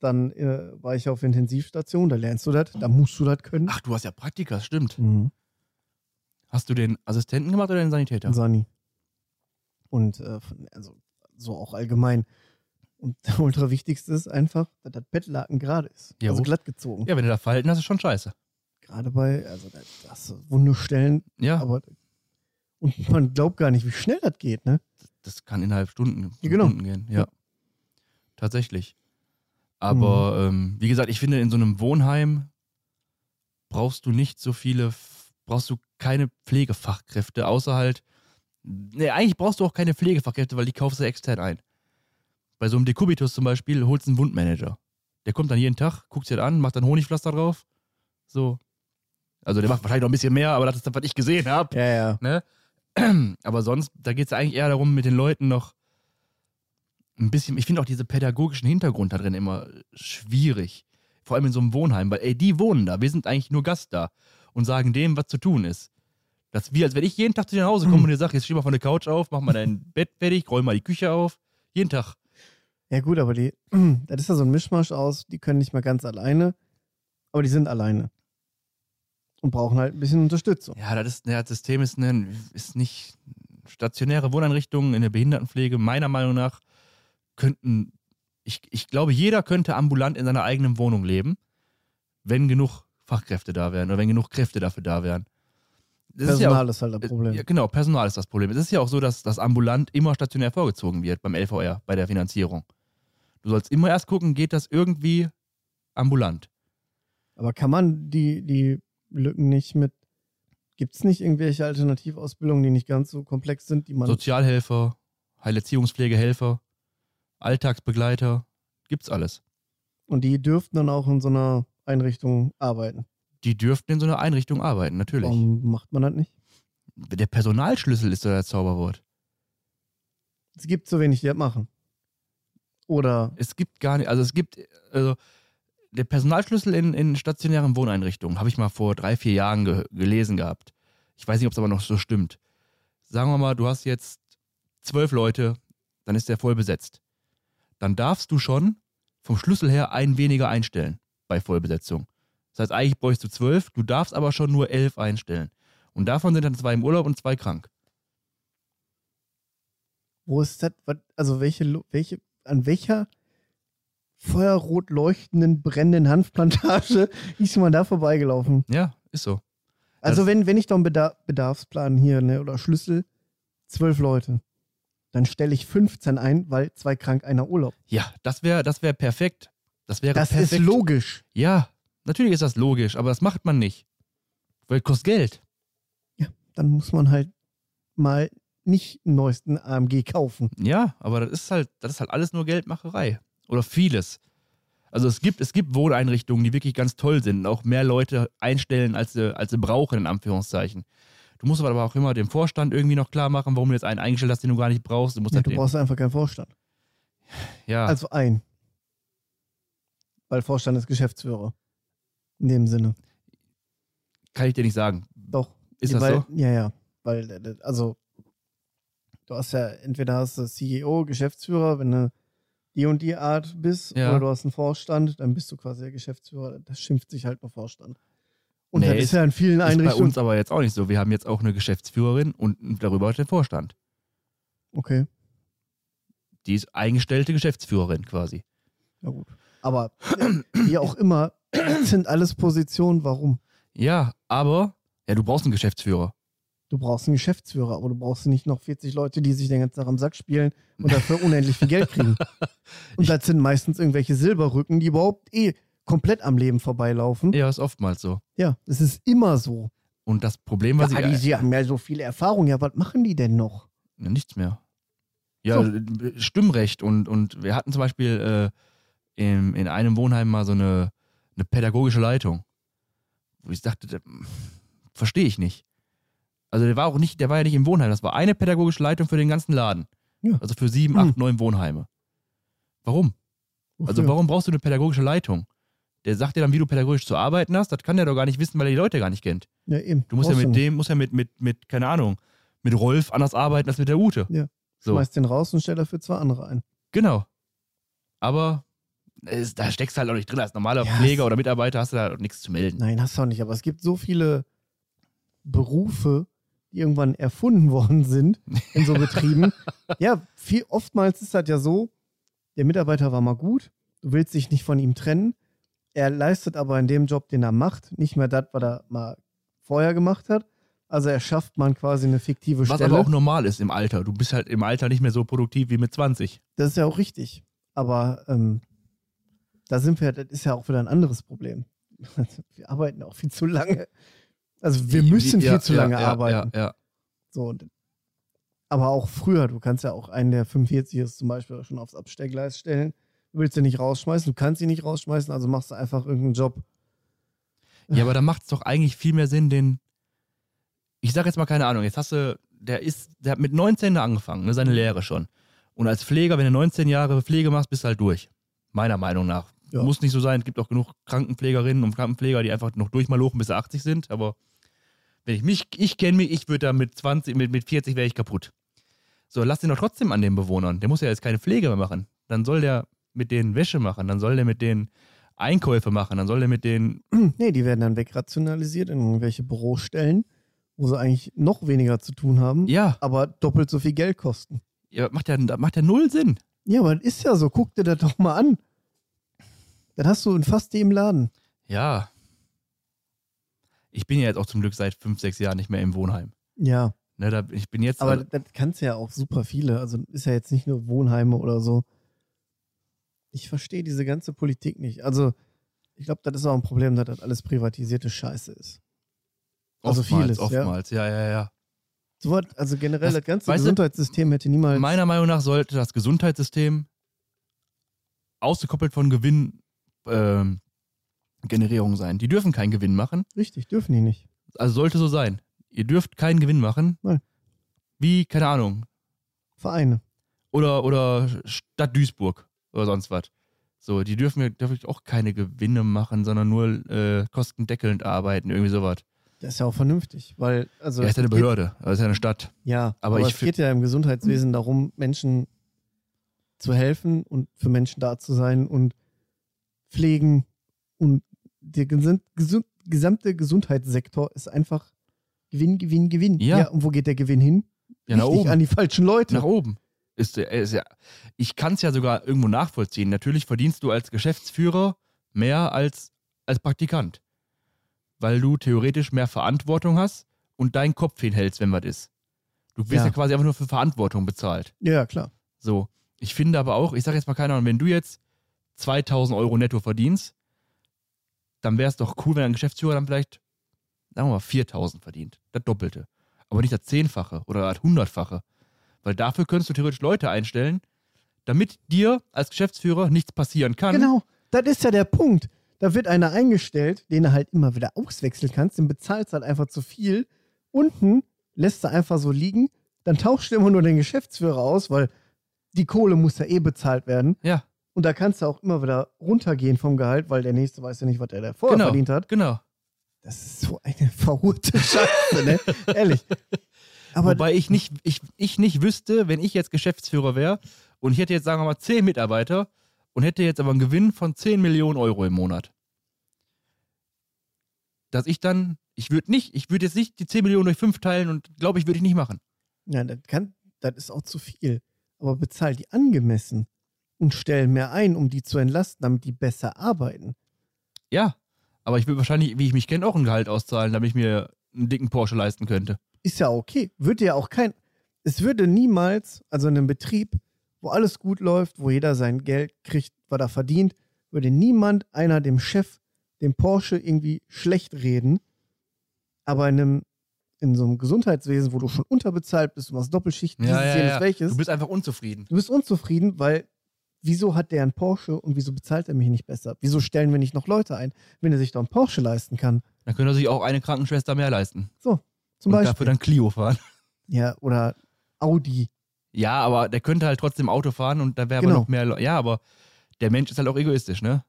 [SPEAKER 2] Dann äh, war ich auf Intensivstation, da lernst du das, da musst du das können.
[SPEAKER 1] Ach, du hast ja Praktika, stimmt.
[SPEAKER 2] Mhm. Also
[SPEAKER 1] Hast du den Assistenten gemacht oder den Sanitäter?
[SPEAKER 2] Sani. und äh, von, also so auch allgemein. Und der ultra wichtigste ist einfach, dass das Bettlaken gerade ist.
[SPEAKER 1] Jo.
[SPEAKER 2] Also glatt gezogen.
[SPEAKER 1] Ja, wenn du da verhalten hast, ist schon scheiße.
[SPEAKER 2] Gerade bei, also da da hast du Wundestellen,
[SPEAKER 1] Ja,
[SPEAKER 2] aber und man glaubt gar nicht, wie schnell das geht, ne?
[SPEAKER 1] das kann innerhalb Stunden,
[SPEAKER 2] Ja, genau.
[SPEAKER 1] Stunden gehen. Ja. Tatsächlich.
[SPEAKER 2] Mhm.
[SPEAKER 1] Aber ähm, wie gesagt, ich finde, in so einem Wohnheim brauchst du nicht so viele, F- brauchst du keine Pflegefachkräfte, außer halt. Nee, eigentlich brauchst du auch keine Pflegefachkräfte, weil die kaufst du extern ein. Bei so einem Dekubitus zum Beispiel holst du einen Wundmanager. Der kommt dann jeden Tag, guckt sich das an, macht dann Honigpflaster drauf. So. Also der macht wahrscheinlich noch ein bisschen mehr, aber das ist das, was ich gesehen habe.
[SPEAKER 2] Ja, ja.
[SPEAKER 1] Aber sonst, da geht es eigentlich eher darum, mit den Leuten noch ein bisschen, ich finde auch diese pädagogischen Hintergrund da drin immer schwierig. Vor allem in so einem Wohnheim, weil ey, die wohnen da, wir sind eigentlich nur Gast da und sagen dem, was zu tun ist. Dass wir, als wenn ich jeden Tag zu dir nach Hause komme
[SPEAKER 2] Hm.
[SPEAKER 1] und dir sage, jetzt steh mal von der Couch auf, mach mal dein Bett fertig, räum mal die Küche auf. Jeden Tag.
[SPEAKER 2] Ja, gut, aber die, das ist ja so ein Mischmasch aus, die können nicht mehr ganz alleine, aber die sind alleine. Und brauchen halt ein bisschen Unterstützung.
[SPEAKER 1] Ja, das, ist, ja, das System ist, ne, ist nicht stationäre Wohneinrichtungen in der Behindertenpflege, meiner Meinung nach, könnten, ich, ich glaube, jeder könnte ambulant in seiner eigenen Wohnung leben, wenn genug Fachkräfte da wären oder wenn genug Kräfte dafür da wären. Das ist ja auch-
[SPEAKER 2] Personal ist, halt das Problem.
[SPEAKER 1] ja, genau, Personal ist das Problem. Es ist ja auch so, dass das ambulant immer stationär vorgezogen wird beim LVR, bei der Finanzierung. Du sollst immer erst gucken, geht das irgendwie ambulant?
[SPEAKER 2] Aber kann man die, die Lücken nicht mit. Gibt es nicht irgendwelche Alternativausbildungen, die nicht ganz so komplex sind, die man.
[SPEAKER 1] Sozialhelfer, Heilerziehungspflegehelfer, Alltagsbegleiter, gibt's alles.
[SPEAKER 2] und die dürften dann auch in so einer Einrichtung arbeiten.
[SPEAKER 1] Die dürften in so einer Einrichtung arbeiten, natürlich.
[SPEAKER 2] Warum macht man das nicht?
[SPEAKER 1] Der Personalschlüssel ist so das Zauberwort.
[SPEAKER 2] Es gibt so wenig, die das machen. Oder.
[SPEAKER 1] Es gibt gar nicht, also es gibt, also der Personalschlüssel in, in stationären Wohneinrichtungen habe ich mal vor drei, vier Jahren ge gelesen gehabt. Ich weiß nicht, ob es aber noch so stimmt. Sagen wir mal, du hast jetzt zwölf Leute, dann ist der voll besetzt. Dann darfst du schon vom Schlüssel her einen weniger einstellen bei Vollbesetzung. Das heißt, eigentlich bräuchst du zwölf, du darfst aber schon nur elf einstellen. Und davon sind dann zwei im Urlaub und zwei krank.
[SPEAKER 2] Wo ist das? was- Also, welche, Lo- welche. An welcher feuerrot leuchtenden, brennenden Hanfplantage ist man da vorbeigelaufen?
[SPEAKER 1] Ja, ist so.
[SPEAKER 2] Also,
[SPEAKER 1] Das-
[SPEAKER 2] wenn, wenn ich doch einen Beda Bedarfsplan hier, ne, oder Schlüssel, zwölf Leute, dann stelle ich 15 ein, weil zwei krank, einer Urlaub.
[SPEAKER 1] Ja, das wäre das wär perfekt. Das wäre
[SPEAKER 2] Das
[SPEAKER 1] perfekt.
[SPEAKER 2] ist logisch.
[SPEAKER 1] Ja, natürlich ist das logisch, aber das macht man nicht. Weil kostet Geld.
[SPEAKER 2] Dann muss man halt mal nicht einen neuesten AMG kaufen.
[SPEAKER 1] Ja, aber das ist halt, das ist halt alles nur Geldmacherei. Oder vieles. Also es gibt, es gibt Wohneinrichtungen, die wirklich ganz toll sind und auch mehr Leute einstellen, als sie, als sie brauchen, in Anführungszeichen. Du musst aber auch immer dem Vorstand irgendwie noch klar machen, warum du jetzt einen eingestellt hast, den du gar nicht brauchst. Du musst
[SPEAKER 2] Ja,
[SPEAKER 1] halt
[SPEAKER 2] du
[SPEAKER 1] den-
[SPEAKER 2] brauchst einfach keinen Vorstand.
[SPEAKER 1] ja,
[SPEAKER 2] Also ein. Weil Vorstand ist Geschäftsführer. In dem Sinne.
[SPEAKER 1] kann ich dir nicht sagen.
[SPEAKER 2] Doch.
[SPEAKER 1] Ist das
[SPEAKER 2] weil,
[SPEAKER 1] so?
[SPEAKER 2] Ja, ja. Weil, äh, also, du hast ja, entweder hast du CEO, Geschäftsführer, wenn du die und die Art bist,
[SPEAKER 1] Ja.
[SPEAKER 2] oder du hast einen Vorstand, dann bist du quasi der Geschäftsführer. Das schimpft sich halt nur Vorstand. Und
[SPEAKER 1] Nee,
[SPEAKER 2] das ist
[SPEAKER 1] ist-
[SPEAKER 2] ja in vielen
[SPEAKER 1] Ist bei
[SPEAKER 2] Einrichtungen.
[SPEAKER 1] uns aber jetzt auch nicht so. Wir haben jetzt auch eine Geschäftsführerin und darüber den Vorstand.
[SPEAKER 2] okay,
[SPEAKER 1] Die ist eingestellte Geschäftsführerin quasi.
[SPEAKER 2] na gut. Aber äh, wie auch immer, das sind alles Positionen, warum?
[SPEAKER 1] Ja, aber ja, du brauchst einen Geschäftsführer.
[SPEAKER 2] Du brauchst einen Geschäftsführer, aber du brauchst nicht noch 40 Leute, die sich den ganzen Tag am Sack spielen und dafür unendlich viel Geld kriegen. Und das sind meistens irgendwelche Silberrücken, die überhaupt eh komplett am Leben vorbeilaufen. Ja,
[SPEAKER 1] Ja, ist oftmals so.
[SPEAKER 2] es ist immer so.
[SPEAKER 1] Und das Problem war,
[SPEAKER 2] Ja, die, die haben ja so viel Erfahrung. Ja, was machen die denn noch?
[SPEAKER 1] Ja, nichts mehr. Ja, äh, Stimmrecht und, und wir hatten zum Beispiel äh, in, in einem Wohnheim mal so eine, eine pädagogische Leitung. Wo ich dachte, das, mm, verstehe ich nicht. Also der war auch nicht, der war ja nicht im Wohnheim, das war eine pädagogische Leitung für den ganzen Laden.
[SPEAKER 2] Ja. Hm.
[SPEAKER 1] Also für sieben, acht, neun Wohnheime. Warum? Also
[SPEAKER 2] Wofür?
[SPEAKER 1] warum brauchst du eine pädagogische Leitung? Der sagt dir dann, wie du pädagogisch zu arbeiten hast, das kann der doch gar nicht wissen, weil er die Leute gar nicht kennt.
[SPEAKER 2] Ja, eben.
[SPEAKER 1] Du musst ja
[SPEAKER 2] Brauchst
[SPEAKER 1] mit
[SPEAKER 2] nicht.
[SPEAKER 1] dem, musst ja mit, mit, mit, keine Ahnung, mit Rolf anders arbeiten als mit der Ute.
[SPEAKER 2] Ja.
[SPEAKER 1] So.
[SPEAKER 2] Schmeißt den raus und stell dafür zwei andere ein.
[SPEAKER 1] Genau. Aber es, da steckst du halt auch nicht drin. Als normaler
[SPEAKER 2] Ja,
[SPEAKER 1] Pfleger
[SPEAKER 2] es-
[SPEAKER 1] oder Mitarbeiter hast du da nichts zu halt melden.
[SPEAKER 2] Nein, hast du auch nicht. Aber es gibt so viele Berufe, die irgendwann erfunden worden sind in so Betrieben. ja, viel, oftmals ist das ja so, der Mitarbeiter war mal gut, du willst dich nicht von ihm trennen, er leistet aber in dem Job, den er macht, nicht mehr das, was er mal vorher gemacht hat. Also erschafft man quasi eine fiktive
[SPEAKER 1] Was
[SPEAKER 2] Stelle.
[SPEAKER 1] aber auch normal ist im Alter. Du bist halt im Alter nicht mehr so produktiv wie mit 20.
[SPEAKER 2] Das ist ja auch richtig. Aber ähm, da sind wir, das ist ja auch wieder ein anderes Problem. Wir arbeiten auch viel zu lange. Also wir müssen viel
[SPEAKER 1] Ja,
[SPEAKER 2] zu
[SPEAKER 1] ja,
[SPEAKER 2] lange
[SPEAKER 1] ja,
[SPEAKER 2] arbeiten.
[SPEAKER 1] Ja, ja.
[SPEAKER 2] So, und- aber auch früher, du kannst ja auch einen, der 45 ist, zum Beispiel schon aufs Abstellgleis stellen. Du willst ihn nicht rausschmeißen, du kannst ihn nicht rausschmeißen, also machst du einfach irgendeinen Job.
[SPEAKER 1] ja, aber da macht es doch eigentlich viel mehr Sinn, den. Ich sag jetzt mal keine Ahnung, jetzt hast du, der ist, der hat mit 19 da angefangen, ne, seine Lehre schon. Und als Pfleger, wenn du 19 Jahre Pflege machst, bist du halt durch. Meiner Meinung nach.
[SPEAKER 2] Ja.
[SPEAKER 1] Muss nicht so sein, es gibt auch genug Krankenpflegerinnen und Krankenpfleger, die einfach noch durchmalochen, bis sie 80 sind, aber wenn ich mich, ich kenne mich, ich würde da mit 20, mit, mit 40 wäre ich kaputt. So, lass den doch trotzdem an den Bewohnern. Der muss ja jetzt keine Pflege mehr machen. Dann soll der mit denen Wäsche machen, dann soll der mit denen Einkäufe machen, dann soll der mit denen
[SPEAKER 2] Hm, Nee, die werden dann wegrationalisiert in irgendwelche Bürostellen, wo sie eigentlich noch weniger zu tun haben,
[SPEAKER 1] Ja,
[SPEAKER 2] aber doppelt so viel Geld kosten.
[SPEAKER 1] ja macht, ja, macht ja null Sinn.
[SPEAKER 2] Ja, aber das ist ja so. Guck dir das doch mal an. Dann hast du in fast jedem Laden.
[SPEAKER 1] Ja. Ich bin ja jetzt auch zum Glück seit fünf, sechs Jahren nicht mehr im Wohnheim.
[SPEAKER 2] Ja,
[SPEAKER 1] Ne, da, ich bin jetzt.
[SPEAKER 2] aber das kannst ja auch super viele. Also ist ja jetzt nicht nur Wohnheime oder so. Ich verstehe diese ganze Politik nicht. Also ich glaube, das ist auch ein Problem, dass das alles privatisierte Scheiße ist. also
[SPEAKER 1] oftmals,
[SPEAKER 2] vieles, ja.
[SPEAKER 1] oftmals, ja, ja, ja.
[SPEAKER 2] So was, also generell das,
[SPEAKER 1] Das-
[SPEAKER 2] ganze
[SPEAKER 1] weißt du,
[SPEAKER 2] Gesundheitssystem hätte niemals.
[SPEAKER 1] Meiner Meinung nach sollte das Gesundheitssystem ausgekoppelt von Gewinn ähm, Generierung sein. Die dürfen keinen Gewinn machen.
[SPEAKER 2] richtig, dürfen die nicht.
[SPEAKER 1] Also sollte so sein. Ihr dürft keinen Gewinn machen.
[SPEAKER 2] Nein.
[SPEAKER 1] Wie, keine Ahnung,
[SPEAKER 2] Vereine.
[SPEAKER 1] oder, oder Stadt Duisburg oder sonst was. So, die dürfen ja dürfen auch keine Gewinne machen, sondern nur äh, kostendeckelnd arbeiten, irgendwie sowas.
[SPEAKER 2] Das ist ja auch vernünftig, weil also
[SPEAKER 1] ja, ist ja eine
[SPEAKER 2] es geht-
[SPEAKER 1] Behörde, also ist ja eine Stadt.
[SPEAKER 2] Ja, aber,
[SPEAKER 1] Aber ich Hm.
[SPEAKER 2] es
[SPEAKER 1] fi-
[SPEAKER 2] geht ja im Gesundheitswesen darum, Menschen zu helfen und für Menschen da zu sein und pflegen und der gesund, gesund, gesamte Gesundheitssektor ist einfach Gewinn, Gewinn, Gewinn.
[SPEAKER 1] Ja.
[SPEAKER 2] und wo geht der Gewinn hin?
[SPEAKER 1] Ja, nach
[SPEAKER 2] Richtig,
[SPEAKER 1] oben.
[SPEAKER 2] an die falschen Leute.
[SPEAKER 1] Nach oben. Ist, äh, ist ja, ich kann es ja sogar irgendwo nachvollziehen. Natürlich verdienst du als Geschäftsführer mehr als als Praktikant, weil du theoretisch mehr Verantwortung hast und deinen Kopf hinhältst, wenn was ist. Du wirst
[SPEAKER 2] Ja.
[SPEAKER 1] ja quasi einfach nur für Verantwortung bezahlt.
[SPEAKER 2] Ja, klar.
[SPEAKER 1] So, ich finde aber auch, ich sage jetzt mal keine Ahnung, wenn du jetzt 2000 Euro netto verdienst, dann wäre es doch cool, wenn ein Geschäftsführer dann vielleicht, sagen wir mal, 4000 verdient. Das Doppelte. Aber nicht das Zehnfache oder das Hundertfache. Weil dafür könntest du theoretisch Leute einstellen, damit dir als Geschäftsführer nichts passieren kann.
[SPEAKER 2] Genau, das ist ja der Punkt. Da wird einer eingestellt, den du halt immer wieder auswechseln kannst, den bezahlst du halt einfach zu viel. Unten lässt du einfach so liegen, dann tauscht du immer nur den Geschäftsführer aus, weil die Kohle muss ja eh bezahlt werden.
[SPEAKER 1] Ja,
[SPEAKER 2] Und da kannst du auch immer wieder runtergehen vom Gehalt, weil der Nächste weiß ja nicht, was er da vorher
[SPEAKER 1] Genau.
[SPEAKER 2] verdient hat.
[SPEAKER 1] genau.
[SPEAKER 2] Das ist so eine verhurte Scheiße, ne? Ehrlich. Aber
[SPEAKER 1] Wobei ich nicht, ich, ich nicht wüsste, wenn ich jetzt Geschäftsführer wäre und ich hätte jetzt, sagen wir mal, 10 Mitarbeiter und hätte jetzt aber einen Gewinn von 10 Millionen Euro im Monat. Dass ich dann, ich würde nicht, ich würde jetzt nicht die 10 Millionen durch 5 teilen und glaube ich, würde ich nicht machen.
[SPEAKER 2] Ja, das, kann, das ist auch zu viel. Aber bezahlt die angemessen und stellen mehr ein, um die zu entlasten, damit die besser arbeiten.
[SPEAKER 1] Ja, aber ich würde wahrscheinlich, wie ich mich kenne, auch ein Gehalt auszahlen, damit ich mir einen dicken Porsche leisten könnte.
[SPEAKER 2] Ist ja okay. Würde ja auch kein. Es würde niemals, also in einem Betrieb, wo alles gut läuft, wo jeder sein Geld kriegt, was er verdient, würde niemand einer dem Chef, dem Porsche irgendwie schlecht reden. Aber in einem, in so einem Gesundheitswesen, wo du schon unterbezahlt bist, du machst Doppelschicht, dieses, jenes, welches.
[SPEAKER 1] Du bist einfach unzufrieden.
[SPEAKER 2] Du bist unzufrieden, weil wieso hat der einen Porsche und wieso bezahlt er mich nicht besser? Wieso stellen wir nicht noch Leute ein, wenn er sich doch einen Porsche leisten kann?
[SPEAKER 1] Dann könnte er sich auch eine Krankenschwester mehr leisten.
[SPEAKER 2] Zum
[SPEAKER 1] und dafür
[SPEAKER 2] Beispiel.
[SPEAKER 1] dann Clio fahren.
[SPEAKER 2] ja, oder Audi.
[SPEAKER 1] Ja, aber der könnte halt trotzdem Auto fahren und da wäre
[SPEAKER 2] Genau.
[SPEAKER 1] aber noch mehr. Le ja, aber der Mensch ist halt auch egoistisch, ne?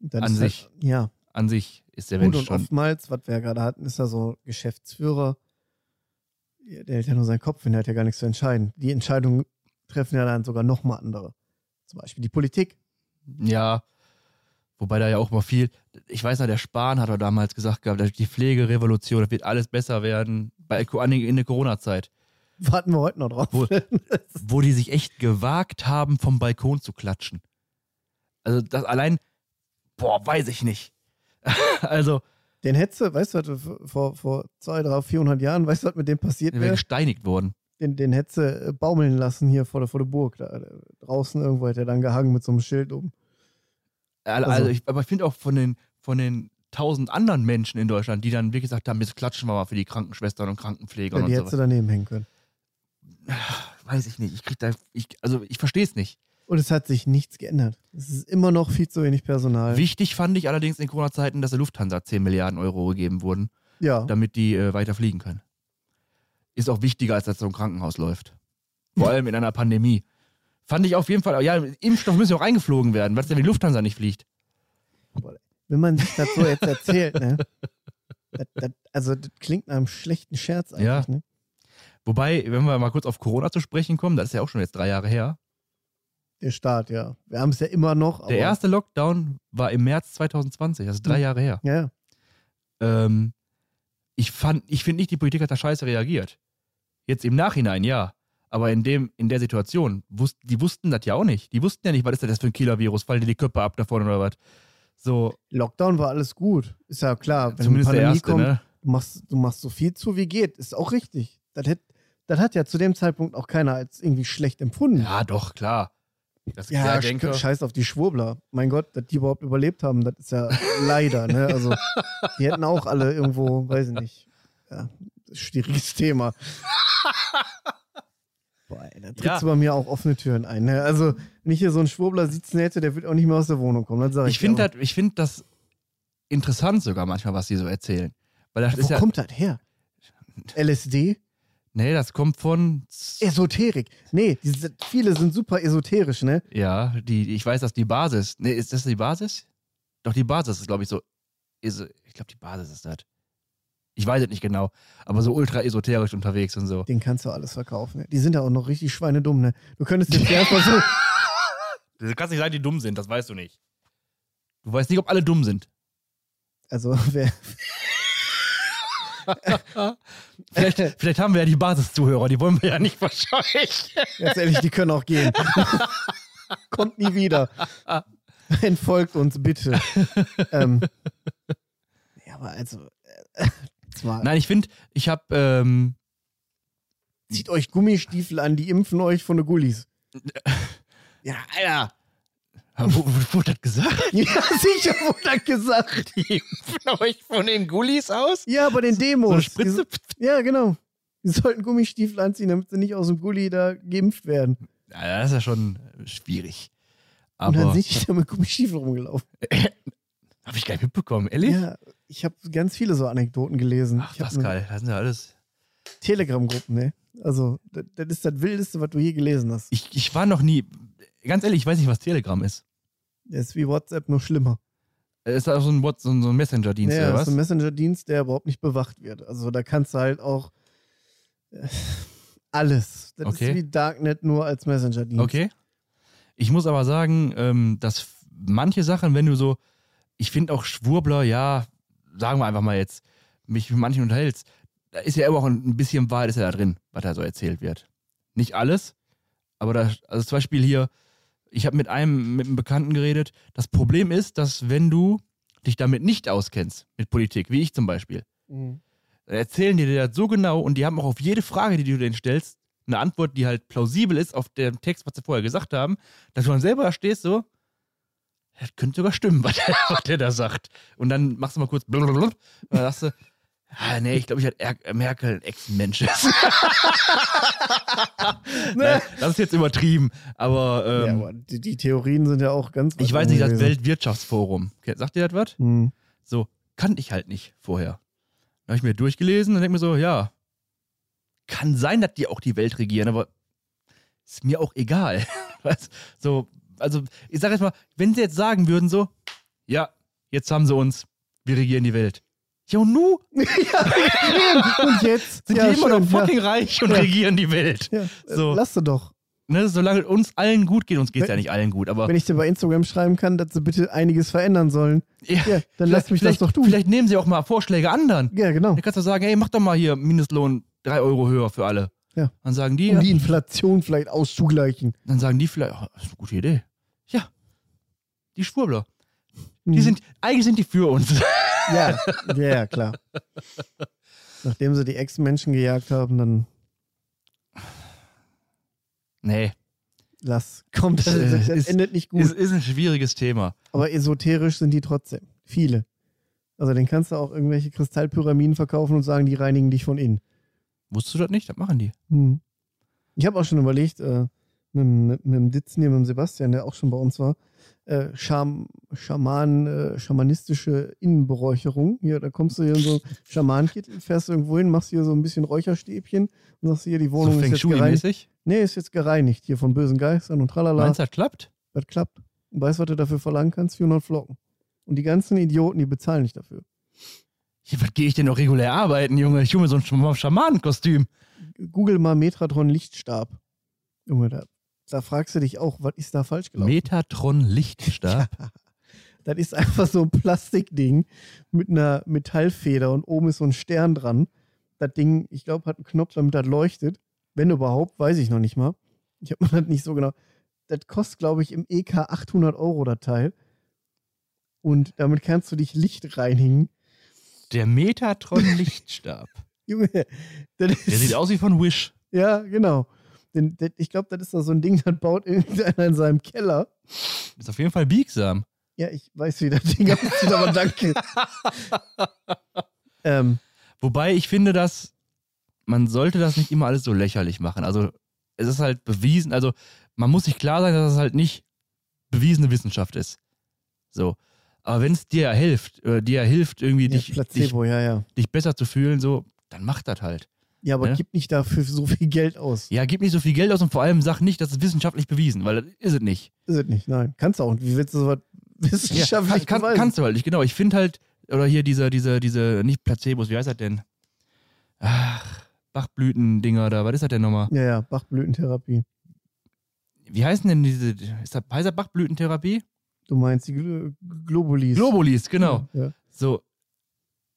[SPEAKER 2] Das
[SPEAKER 1] An
[SPEAKER 2] ist
[SPEAKER 1] sich.
[SPEAKER 2] Halt, ja,
[SPEAKER 1] An sich ist der
[SPEAKER 2] gut
[SPEAKER 1] Mensch
[SPEAKER 2] und
[SPEAKER 1] schon.
[SPEAKER 2] oftmals, was wir ja gerade hatten, ist ja so Geschäftsführer, ja, der hält ja nur seinen Kopf hin, der hat ja gar nichts zu entscheiden. Die Entscheidungen treffen ja dann sogar nochmal andere. Zum Beispiel die Politik.
[SPEAKER 1] Ja. Wobei da ja auch mal viel. Ich weiß noch, der Spahn hat doch damals gesagt gehabt, dass die Pflegerevolution, das wird alles besser werden. bei, in der Corona-Zeit,
[SPEAKER 2] Warten wir heute noch drauf.
[SPEAKER 1] Wo- wo die sich echt gewagt haben, vom Balkon zu klatschen. Also das allein, boah, weiß ich nicht. also,
[SPEAKER 2] Den hättest du, weißt du, was du vor, vor 200, 300, 400 Jahren, weißt du, was mit dem passiert
[SPEAKER 1] der wäre
[SPEAKER 2] wäre?
[SPEAKER 1] gesteinigt worden.
[SPEAKER 2] Den, den hättest du äh, baumeln lassen hier vor der, vor der Burg. Da, äh, draußen irgendwo hätte er dann gehangen mit so einem Schild oben.
[SPEAKER 1] Al-
[SPEAKER 2] Also-
[SPEAKER 1] Also ich, aber ich finde auch von den, von den tausend anderen Menschen in Deutschland, die dann wirklich gesagt haben, jetzt klatschen wir mal für die Krankenschwestern und Krankenpfleger
[SPEAKER 2] Ja,
[SPEAKER 1] und
[SPEAKER 2] die hättest
[SPEAKER 1] so.
[SPEAKER 2] du daneben hängen können.
[SPEAKER 1] Weiß ich nicht. Ich krieg da, ich, also ich verstehe es nicht.
[SPEAKER 2] Und es hat sich nichts geändert. Es ist immer noch viel zu wenig Personal.
[SPEAKER 1] Wichtig fand ich allerdings in Corona-Zeiten, dass der Lufthansa 10 Milliarden Euro gegeben wurden,
[SPEAKER 2] Ja,
[SPEAKER 1] damit die äh, weiter fliegen können. Ist auch wichtiger, als dass so ein Krankenhaus läuft. Vor allem in einer Pandemie. Fand ich auf jeden Fall, ja, Impfstoff müssen ja auch eingeflogen werden, weil es ja die Lufthansa nicht fliegt.
[SPEAKER 2] wenn man sich das so jetzt erzählt, ne? Das, das, also, das klingt nach einem schlechten Scherz eigentlich,
[SPEAKER 1] Ja.
[SPEAKER 2] ne?
[SPEAKER 1] Wobei, wenn wir mal kurz auf Corona zu sprechen kommen, das ist ja auch schon jetzt drei Jahre her,
[SPEAKER 2] Der Staat, ja. Wir haben es ja immer noch. aber-
[SPEAKER 1] Der erste Lockdown war im März 2020, das ist drei
[SPEAKER 2] Mhm.
[SPEAKER 1] Jahre her.
[SPEAKER 2] Ja, ja.
[SPEAKER 1] Ähm, ich fand, ich finde nicht, die Politik hat da scheiße reagiert. Jetzt im Nachhinein, ja. Aber in, dem, in der Situation, wus die wussten das ja auch nicht. Die wussten ja nicht, was ist denn das für ein Killer-Virus? Fallen dir die Köpfe ab davon oder was? So,
[SPEAKER 2] Lockdown war alles gut. Ist ja klar. Wenn
[SPEAKER 1] zumindest
[SPEAKER 2] eine
[SPEAKER 1] der
[SPEAKER 2] Pandemie
[SPEAKER 1] erste,
[SPEAKER 2] kommt,
[SPEAKER 1] ne?
[SPEAKER 2] du, machst, du machst so viel zu, wie geht. Ist auch richtig. Das, hätt, das hat ja zu dem Zeitpunkt auch keiner als irgendwie schlecht empfunden.
[SPEAKER 1] Ja, doch, klar. Das
[SPEAKER 2] Ja,
[SPEAKER 1] ja,
[SPEAKER 2] sch-
[SPEAKER 1] denke,
[SPEAKER 2] scheiß auf die Schwurbler. Mein Gott, dass die überhaupt überlebt haben, das ist ja leider, ne? Also, die hätten auch alle irgendwo, weiß ich nicht. Ja, schwieriges Thema. Boah, ey, da trittst
[SPEAKER 1] Ja.
[SPEAKER 2] du bei mir auch offene Türen ein, ne? Also, wenn ich hier so einen Schwurbler sitzen hätte, der wird auch nicht mehr aus der Wohnung kommen, das sag ich
[SPEAKER 1] ich finde
[SPEAKER 2] dir.
[SPEAKER 1] das, ich find das interessant sogar manchmal, was die so erzählen. Weil das
[SPEAKER 2] aber.
[SPEAKER 1] ist
[SPEAKER 2] Wo
[SPEAKER 1] ja,
[SPEAKER 2] kommt das her? LSD?
[SPEAKER 1] nee, das kommt von
[SPEAKER 2] Esoterik. Nee, die sind, viele sind super esoterisch, ne?
[SPEAKER 1] Ja, die, ich weiß, dass die Basis. Ne, ist das die Basis? Doch, die Basis ist, glaube ich, so. Ist, ich glaube, die Basis ist das. Ich weiß es nicht genau, aber so ultra esoterisch unterwegs und so.
[SPEAKER 2] Den kannst du alles verkaufen. Ne? Die sind ja auch noch richtig schweinedumm, ne? Du könntest jetzt erstmal so.
[SPEAKER 1] Du kannst nicht sagen, die dumm sind, das weißt du nicht. Du weißt nicht, ob alle dumm sind.
[SPEAKER 2] Also, wer,
[SPEAKER 1] Vielleicht, vielleicht haben wir ja die Basis-Zuhörer, die wollen wir ja nicht verscheuchen.
[SPEAKER 2] Ganz ehrlich, die können auch gehen. Kommt nie wieder. Entfolgt uns bitte. ähm, ja, aber also, äh, zwar,
[SPEAKER 1] Nein, ich finde, ich habe. Ähm,
[SPEAKER 2] zieht euch Gummistiefel an, die impfen euch von den Gullis.
[SPEAKER 1] ja, Alter! Wo, wo, wurde das gesagt?
[SPEAKER 2] Ja, sicher wurde das gesagt.
[SPEAKER 1] Die impfen euch von den Gullis aus?
[SPEAKER 2] Ja, bei den
[SPEAKER 1] Oh, So eine
[SPEAKER 2] Demos. Die
[SPEAKER 1] Spritze?
[SPEAKER 2] so- ja, genau. Die sollten Gummistiefel anziehen, damit sie nicht aus dem Gulli da geimpft werden.
[SPEAKER 1] Ja, das ist ja schon schwierig.
[SPEAKER 2] Und dann
[SPEAKER 1] Aber
[SPEAKER 2] sind ich da mit Gummistiefeln rumgelaufen.
[SPEAKER 1] habe ich gar nicht mitbekommen, ehrlich?
[SPEAKER 2] Ja, ich habe ganz viele so Anekdoten gelesen.
[SPEAKER 1] Ach,
[SPEAKER 2] ich hab
[SPEAKER 1] Pascal, das sind ja alles.
[SPEAKER 2] Telegram-Gruppen, ne? Also, das, das ist das Wildeste, was du je gelesen hast.
[SPEAKER 1] Ich, ich war noch nie. Ganz ehrlich, ich weiß nicht, was Telegram ist.
[SPEAKER 2] Das ist wie WhatsApp nur schlimmer.
[SPEAKER 1] Äh, Ist das so ein, What- so ein so ein Messenger-Dienst
[SPEAKER 2] Naja,
[SPEAKER 1] oder
[SPEAKER 2] das
[SPEAKER 1] was?
[SPEAKER 2] ist ein Messenger-Dienst, der überhaupt nicht bewacht wird. Also da kannst du halt auch äh, alles. Das
[SPEAKER 1] Okay.
[SPEAKER 2] ist wie Darknet nur als Messenger-Dienst.
[SPEAKER 1] okay. Ich muss aber sagen, ähm, dass f- manche Sachen, wenn du so. Ich finde auch Schwurbler, ja, sagen wir einfach mal jetzt, mich mit manchen unterhältst, da ist ja immer auch ein ein bisschen Wahrheit ist ja da drin, was da so erzählt wird. Nicht alles, aber da, also zum Beispiel hier, ich habe mit einem, mit einem Bekannten geredet. Das Problem ist, dass wenn du dich damit nicht auskennst, mit Politik, wie ich zum Beispiel,
[SPEAKER 2] Mhm.
[SPEAKER 1] Dann erzählen die dir das so genau und die haben auch auf jede Frage, die du denen stellst, eine Antwort, die halt plausibel ist auf dem Text, was sie vorher gesagt haben, dass du dann selber da stehst so, das könnte sogar stimmen, was der, was der da sagt. Und dann machst du mal kurz blablabla und dann sagst du, ah, nee, ich glaube, ich hatte er Merkel ein Ex-Mensch.
[SPEAKER 2] Ne?
[SPEAKER 1] ist. Nein, das ist jetzt übertrieben, aber, ähm,
[SPEAKER 2] ja, aber die, die Theorien sind ja auch ganz.
[SPEAKER 1] ich
[SPEAKER 2] weit
[SPEAKER 1] weiß nicht, das
[SPEAKER 2] gewesen.
[SPEAKER 1] Weltwirtschaftsforum, sagt dir das was?
[SPEAKER 2] Mhm.
[SPEAKER 1] So, kannte ich halt nicht vorher. Dann habe ich mir durchgelesen und denke mir so, ja, kann sein, dass die auch die Welt regieren, aber ist mir auch egal. Weißt? So, also ich sage jetzt mal, wenn sie jetzt sagen würden so, ja, jetzt haben sie uns, wir regieren die Welt. Ja, und nu
[SPEAKER 2] Und jetzt
[SPEAKER 1] sind
[SPEAKER 2] ja,
[SPEAKER 1] die immer
[SPEAKER 2] schön,
[SPEAKER 1] noch fucking reich und
[SPEAKER 2] Ja.
[SPEAKER 1] regieren die Welt.
[SPEAKER 2] ja. Ja,
[SPEAKER 1] so.
[SPEAKER 2] Lass sie doch.
[SPEAKER 1] ne, solange es uns allen gut geht, uns geht es
[SPEAKER 2] Wenn-
[SPEAKER 1] ja nicht allen gut, aber
[SPEAKER 2] Wenn ich dir bei Instagram schreiben kann, dass sie bitte einiges verändern sollen,
[SPEAKER 1] Ja,
[SPEAKER 2] ja, dann lass mich das
[SPEAKER 1] vielleicht,
[SPEAKER 2] doch tun.
[SPEAKER 1] Vielleicht nehmen sie auch mal Vorschläge anderen.
[SPEAKER 2] Ja, genau.
[SPEAKER 1] Dann kannst du sagen, ey, mach doch mal hier Mindestlohn 3 Euro höher für alle.
[SPEAKER 2] Ja.
[SPEAKER 1] Dann sagen die,
[SPEAKER 2] Um die Inflation vielleicht auszugleichen.
[SPEAKER 1] dann sagen die vielleicht, oh, das ist eine gute Idee. Ja. Die Schwurbler. Die
[SPEAKER 2] Mhm.
[SPEAKER 1] sind, eigentlich sind die für uns.
[SPEAKER 2] Ja, ja, ja, klar. Nachdem sie die Ex-Menschen gejagt haben, dann
[SPEAKER 1] nee,
[SPEAKER 2] lass. Kommt, das,
[SPEAKER 1] Äh,
[SPEAKER 2] das,
[SPEAKER 1] ist-
[SPEAKER 2] endet nicht gut.
[SPEAKER 1] ist, ist ein schwieriges Thema.
[SPEAKER 2] Aber esoterisch sind die trotzdem. Viele. Also den kannst du auch irgendwelche Kristallpyramiden verkaufen und sagen, die reinigen dich von innen.
[SPEAKER 1] Wusstest du das nicht? Das machen die.
[SPEAKER 2] Hm. Ich habe auch schon überlegt, äh, mit, dem- mit, mit dem Ditzen hier, mit dem Sebastian, der auch schon bei uns war, äh, Scham, Schaman, äh, schamanistische Innenberäucherung. Hier, da kommst du hier in so Schamankittel, fährst irgendwo hin, machst hier so ein bisschen Räucherstäbchen und sagst hier, die
[SPEAKER 1] So
[SPEAKER 2] Wohnung ist
[SPEAKER 1] Feng ne?
[SPEAKER 2] jetzt gereinigt.
[SPEAKER 1] Shui-mäßig.
[SPEAKER 2] Nee, ist jetzt gereinigt hier von bösen Geistern und tralala.
[SPEAKER 1] Meinst du, das klappt?
[SPEAKER 2] Das klappt. Und weißt du, was du dafür verlangen kannst? 400 Flocken. Und die ganzen Idioten, die bezahlen nicht dafür.
[SPEAKER 1] Ja, was gehe ich denn noch regulär arbeiten, Junge? Ich hole mir so ein Scham- Schamanenkostüm.
[SPEAKER 2] Google mal Metratron Lichtstab. Junge, da, da fragst du dich auch, was ist da falsch gelaufen?
[SPEAKER 1] Metatron Lichtstab.
[SPEAKER 2] das ist einfach so ein Plastikding mit einer Metallfeder und oben ist so ein Stern dran. Das Ding, ich glaube, hat einen Knopf, damit das leuchtet. Wenn überhaupt, weiß ich noch nicht mal. Ich habe mir das nicht so genau. Das kostet, glaube ich, im EK 800 Euro, das Teil. Und damit kannst du dich Licht reinhängen.
[SPEAKER 1] Der Metatron Lichtstab.
[SPEAKER 2] Junge, das ist.
[SPEAKER 1] Der sieht aus wie von Wish.
[SPEAKER 2] Ja, genau. Denn, denn ich glaube, das ist doch so ein Ding, das baut irgendeiner in seinem Keller.
[SPEAKER 1] Ist auf jeden Fall biegsam.
[SPEAKER 2] Ja, ich weiß, wie das Ding aussieht, aber danke. ähm,
[SPEAKER 1] Wobei ich finde, dass man sollte das nicht immer alles so lächerlich machen. Also es ist halt bewiesen, also man muss sich klar sein, dass es halt nicht bewiesene Wissenschaft ist. So. Aber wenn es dir hilft, äh, dir hilft, irgendwie
[SPEAKER 2] ja,
[SPEAKER 1] dich, dich,
[SPEAKER 2] Placebo, ja, ja.
[SPEAKER 1] dich besser zu fühlen, so, dann mach das halt.
[SPEAKER 2] Ja, aber
[SPEAKER 1] ne?
[SPEAKER 2] gib nicht dafür so viel Geld aus.
[SPEAKER 1] Ja, gib nicht so viel Geld aus und vor allem sag nicht, das ist wissenschaftlich bewiesen, weil das ist es nicht.
[SPEAKER 2] Ist es nicht, nein. Kannst du auch. Wie willst du sowas
[SPEAKER 1] Ja,
[SPEAKER 2] wissenschaftlich
[SPEAKER 1] kann, kann,
[SPEAKER 2] beweisen?
[SPEAKER 1] kannst du halt nicht, genau. Ich finde halt, oder hier diese, diese, diese, nicht Placebos, wie heißt das denn? Ach, Bachblütendinger da, was ist das denn nochmal?
[SPEAKER 2] Ja, ja, Bachblütentherapie.
[SPEAKER 1] wie heißen denn diese, ist das heißt das Bachblütentherapie?
[SPEAKER 2] Du meinst die Glo Globulis.
[SPEAKER 1] Globulis, genau.
[SPEAKER 2] Ja.
[SPEAKER 1] So,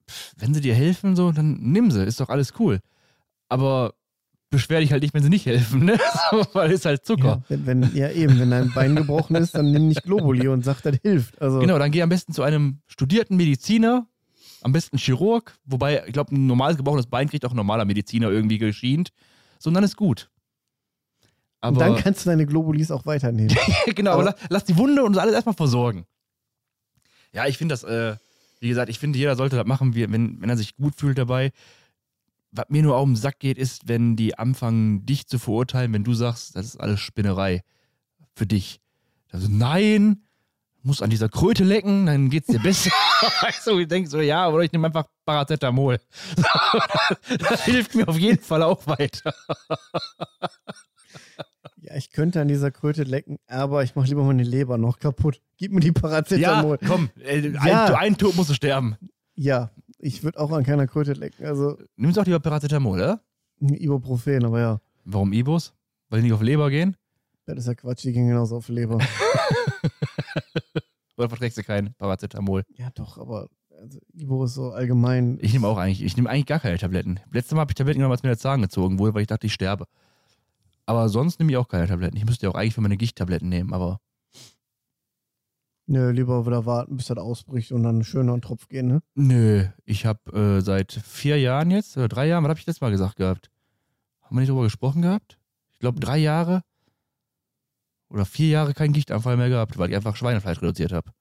[SPEAKER 1] pff, wenn sie dir helfen, so, dann nimm sie, ist doch alles cool. Aber beschwer dich halt nicht, wenn sie nicht helfen, ne? So, Weil ist halt Zucker.
[SPEAKER 2] Ja, wenn, wenn, ja, eben, wenn dein Bein gebrochen ist, dann nimm nicht Globuli und sag, das hilft. Also,
[SPEAKER 1] Genau, dann geh am besten zu einem studierten Mediziner, am besten Chirurg, wobei, ich glaube, ein normales gebrochenes Bein kriegt auch ein normaler Mediziner irgendwie geschient. So, und dann ist gut. Aber,
[SPEAKER 2] und dann kannst du deine Globulis auch weiternehmen.
[SPEAKER 1] genau, aber
[SPEAKER 2] Aber-
[SPEAKER 1] lass, lass die Wunde und uns alles erstmal versorgen. Ja, ich finde das, äh, wie gesagt, ich finde, jeder sollte das machen, wie, wenn, wenn er sich gut fühlt dabei. Was mir nur auf den Sack geht, ist, wenn die anfangen, dich zu verurteilen, wenn du sagst, das ist alles Spinnerei für dich. Also, nein, muss an dieser Kröte lecken, dann geht's dir besser. also, ich denke so, ja, oder ich nehme einfach Paracetamol. das hilft mir auf jeden Fall auch weiter.
[SPEAKER 2] Ja, ich könnte an dieser Kröte lecken, aber ich mache lieber meine Leber noch kaputt. Gib mir die
[SPEAKER 1] Ja,
[SPEAKER 2] Paracetamol. Ja,
[SPEAKER 1] komm, äh,
[SPEAKER 2] Ja.
[SPEAKER 1] Ein, ein Tod musst du sterben.
[SPEAKER 2] ich würde auch an keiner Kröte lecken. Also
[SPEAKER 1] Nimmst auch lieber Paracetamol, oder?
[SPEAKER 2] ein Ibuprofen, aber ja,
[SPEAKER 1] Warum Ibus? Weil die nicht auf Leber gehen?
[SPEAKER 2] das ist ja Quatsch, die gehen genauso auf die Leber.
[SPEAKER 1] Oder verträgst du kein Paracetamol?
[SPEAKER 2] ja, doch, aber also, Ibo ist so allgemein.
[SPEAKER 1] Ich nehme auch eigentlich, ich nehme eigentlich gar keine Tabletten. Letztes Mal habe ich Tabletten genommen, als mir der Zahn gezogen wurde, weil ich dachte, ich sterbe. Aber sonst nehme ich auch keine Tabletten. Ich müsste ja auch eigentlich für meine Gichttabletten nehmen, aber
[SPEAKER 2] Nö, ne, lieber wieder warten, bis das ausbricht und dann schön einen Tropf gehen, ne?
[SPEAKER 1] nö, ich habe äh, seit vier Jahren jetzt, oder drei Jahren, was habe ich letztes Mal gesagt gehabt? Haben wir nicht drüber gesprochen gehabt? Ich glaube, drei Jahre oder vier Jahre keinen Gichtanfall mehr gehabt, weil ich einfach Schweinefleisch reduziert habe.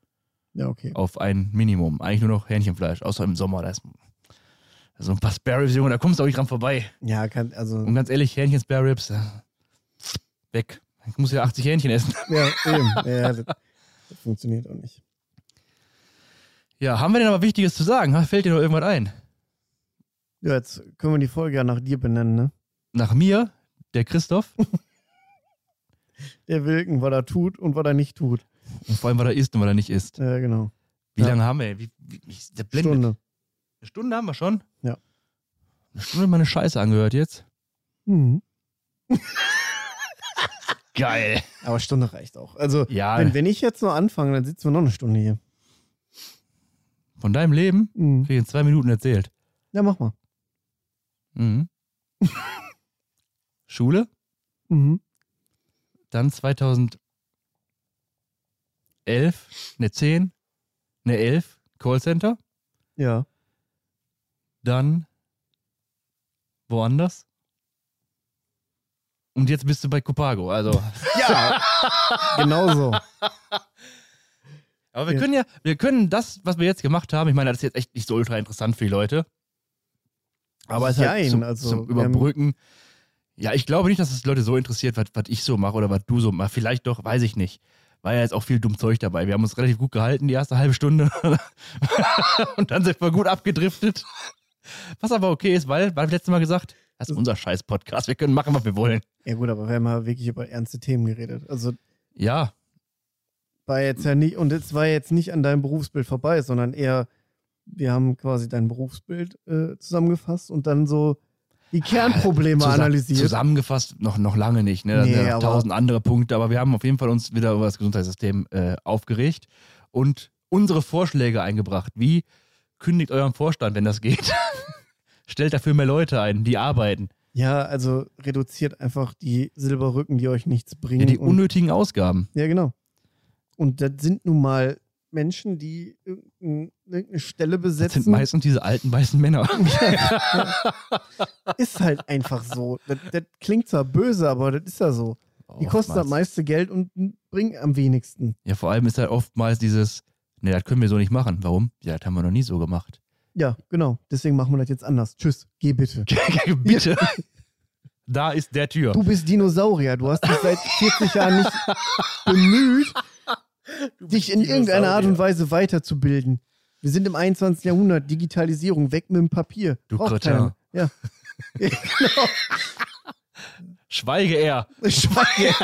[SPEAKER 2] Ja, okay.
[SPEAKER 1] auf ein Minimum. Eigentlich nur noch Hähnchenfleisch, außer im Sommer. Da ist da ist so ein paar Spare Ribs, Junge, da kommst du auch nicht dran vorbei.
[SPEAKER 2] Ja, kann, also,
[SPEAKER 1] Und ganz ehrlich, Hähnchen Spare Ribs, äh, weg. Ich muss ja 80 Hähnchen essen.
[SPEAKER 2] ja, eben. Ja, das, das funktioniert auch nicht.
[SPEAKER 1] Ja, haben wir denn aber Wichtiges zu sagen? Ha? Fällt dir noch irgendwas ein?
[SPEAKER 2] Ja, jetzt können wir die Folge ja nach dir benennen, ne?
[SPEAKER 1] Nach mir, der Christoph,
[SPEAKER 2] Der Wilken, was er tut und was er nicht tut.
[SPEAKER 1] und vor allem, was er isst und was er nicht isst.
[SPEAKER 2] Ja, genau.
[SPEAKER 1] Wie
[SPEAKER 2] Ja.
[SPEAKER 1] lange haben wir? Wie, wie, wie, der blendet.
[SPEAKER 2] Stunde.
[SPEAKER 1] Eine Stunde haben wir schon?
[SPEAKER 2] Ja.
[SPEAKER 1] Eine Stunde meine Scheiße angehört jetzt.
[SPEAKER 2] Mhm.
[SPEAKER 1] Geil.
[SPEAKER 2] Aber Stunde reicht auch. Also,
[SPEAKER 1] Ja.
[SPEAKER 2] wenn, wenn ich jetzt nur anfange, dann sitzen wir noch eine Stunde hier.
[SPEAKER 1] Von deinem Leben
[SPEAKER 2] Mhm.
[SPEAKER 1] krieg ich in zwei Minuten erzählt.
[SPEAKER 2] Ja, mach mal.
[SPEAKER 1] Mhm. Schule,
[SPEAKER 2] Mhm.
[SPEAKER 1] dann 2011, ne 10, ne 11, Callcenter,
[SPEAKER 2] Ja.
[SPEAKER 1] dann woanders. Und jetzt bist du bei Copago, also.
[SPEAKER 2] Ja. genau so.
[SPEAKER 1] Aber wir
[SPEAKER 2] Ja.
[SPEAKER 1] können ja, wir können das, was wir jetzt gemacht haben, ich meine, das ist jetzt echt nicht so ultra interessant für die Leute. Aber es ist halt
[SPEAKER 2] Jein,
[SPEAKER 1] zum,
[SPEAKER 2] also,
[SPEAKER 1] zum
[SPEAKER 2] wir haben-
[SPEAKER 1] Überbrücken. Ja, ich glaube nicht, dass es Leute so interessiert, was, was ich so mache oder was du so machst. Vielleicht doch, weiß ich nicht. War ja jetzt auch viel dumm Zeug dabei. Wir haben uns relativ gut gehalten, die erste halbe Stunde. Und dann sind wir gut abgedriftet. Was aber okay ist, weil, weil wir letztes Mal gesagt, das ist unser scheiß Podcast. Wir können machen, was wir wollen.
[SPEAKER 2] Ja, gut, aber wir haben ja wirklich über ernste Themen geredet. Also,
[SPEAKER 1] Ja,
[SPEAKER 2] war jetzt ja nicht, und es war jetzt nicht an deinem Berufsbild vorbei, sondern eher, wir haben quasi dein Berufsbild äh, zusammengefasst und dann so
[SPEAKER 1] Äh,
[SPEAKER 2] die Kernprobleme
[SPEAKER 1] Zusa-
[SPEAKER 2] analysiert.
[SPEAKER 1] Zusammengefasst noch, noch lange nicht. Ne? Da
[SPEAKER 2] Nee,
[SPEAKER 1] sind ja noch
[SPEAKER 2] aber-
[SPEAKER 1] tausend andere Punkte, aber wir haben auf jeden Fall uns wieder über das Gesundheitssystem äh, aufgeregt und unsere Vorschläge eingebracht. Wie kündigt euren Vorstand, wenn das geht? Stellt dafür mehr Leute ein, die arbeiten.
[SPEAKER 2] Ja, also reduziert einfach die Silberrücken, die euch nichts bringen.
[SPEAKER 1] Ja, die
[SPEAKER 2] und,
[SPEAKER 1] unnötigen Ausgaben.
[SPEAKER 2] ja genau. Und das sind nun mal Menschen, die irgendein- irgendeine Stelle
[SPEAKER 1] Das sind
[SPEAKER 2] besetzen.
[SPEAKER 1] meistens diese alten weißen Männer.
[SPEAKER 2] ist halt einfach so. Das, das klingt zwar böse, aber das ist ja so. Die kosten halt das
[SPEAKER 1] Oftmals.
[SPEAKER 2] meiste Geld und bringen am wenigsten.
[SPEAKER 1] Ja, vor allem ist halt oftmals dieses, ne, das können wir so nicht machen. Warum? Ja, das haben wir noch nie so gemacht.
[SPEAKER 2] Ja, genau. Deswegen machen wir das jetzt anders. Tschüss, geh bitte.
[SPEAKER 1] Bitte. da ist der Tür.
[SPEAKER 2] Du bist Dinosaurier. Du hast dich seit 40 Jahren nicht bemüht, dich in irgendeiner Art und Weise weiterzubilden. Wir sind im 21. Jahrhundert. Digitalisierung, weg mit dem Papier.
[SPEAKER 1] Du
[SPEAKER 2] Braucht
[SPEAKER 1] Kretin.
[SPEAKER 2] keiner mehr. Ja.
[SPEAKER 1] Schweige er.
[SPEAKER 2] Schweige.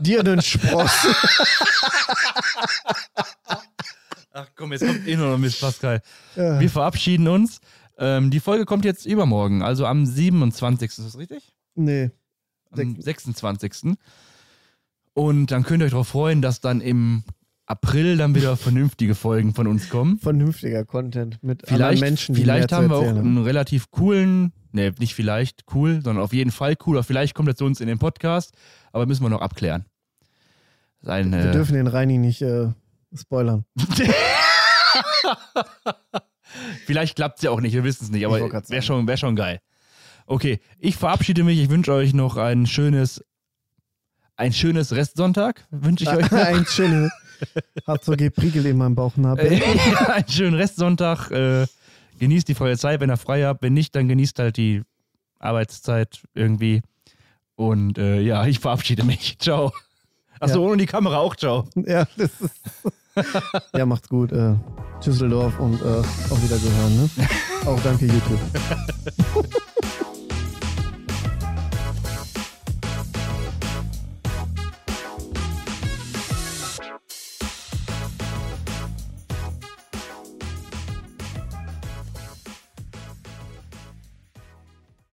[SPEAKER 2] Dir den Spross.
[SPEAKER 1] Ach komm, jetzt kommt eh nur noch Miss Pascal.
[SPEAKER 2] Ja.
[SPEAKER 1] Wir verabschieden uns. Ähm, die Folge kommt jetzt übermorgen, also am 27. Ist das richtig?
[SPEAKER 2] Nee.
[SPEAKER 1] Am 26. Und dann könnt ihr euch darauf freuen, dass dann im April dann wieder vernünftige Folgen von uns kommen.
[SPEAKER 2] Vernünftiger Content mit anderen
[SPEAKER 1] Vielleicht,
[SPEAKER 2] Menschen. die mehr
[SPEAKER 1] vielleicht
[SPEAKER 2] zu
[SPEAKER 1] haben wir auch
[SPEAKER 2] erzählen
[SPEAKER 1] einen relativ coolen, nee, nicht vielleicht cool, sondern auf jeden Fall cool. Oder vielleicht kommt er zu uns in den Podcast, aber müssen wir noch abklären. Sein,
[SPEAKER 2] Wir
[SPEAKER 1] äh,
[SPEAKER 2] dürfen den Reini nicht äh, spoilern.
[SPEAKER 1] Vielleicht klappt es ja auch nicht, wir wissen es nicht,
[SPEAKER 2] Ich
[SPEAKER 1] aber
[SPEAKER 2] wollt grad
[SPEAKER 1] wäre
[SPEAKER 2] sagen.
[SPEAKER 1] schon, wär schon geil. Okay, ich verabschiede mich. Ich wünsche euch noch ein schönes, ein schönes Restsonntag. Wünsche ich euch noch.
[SPEAKER 2] Ein Channel. Hat so gepriegelt in meinem Bauchnabel.
[SPEAKER 1] Äh, einen schönen Restsonntag. Äh, genießt die freie Zeit, wenn ihr frei habt. Wenn nicht, dann genießt halt die Arbeitszeit irgendwie. Und äh, ja, ich verabschiede mich. Ciao. Achso, ohne die Kamera auch ciao.
[SPEAKER 2] Ja, das ist. ja, macht's gut. Äh, Düsseldorf und äh, auch wieder gehören. Ne? Auch danke, YouTube.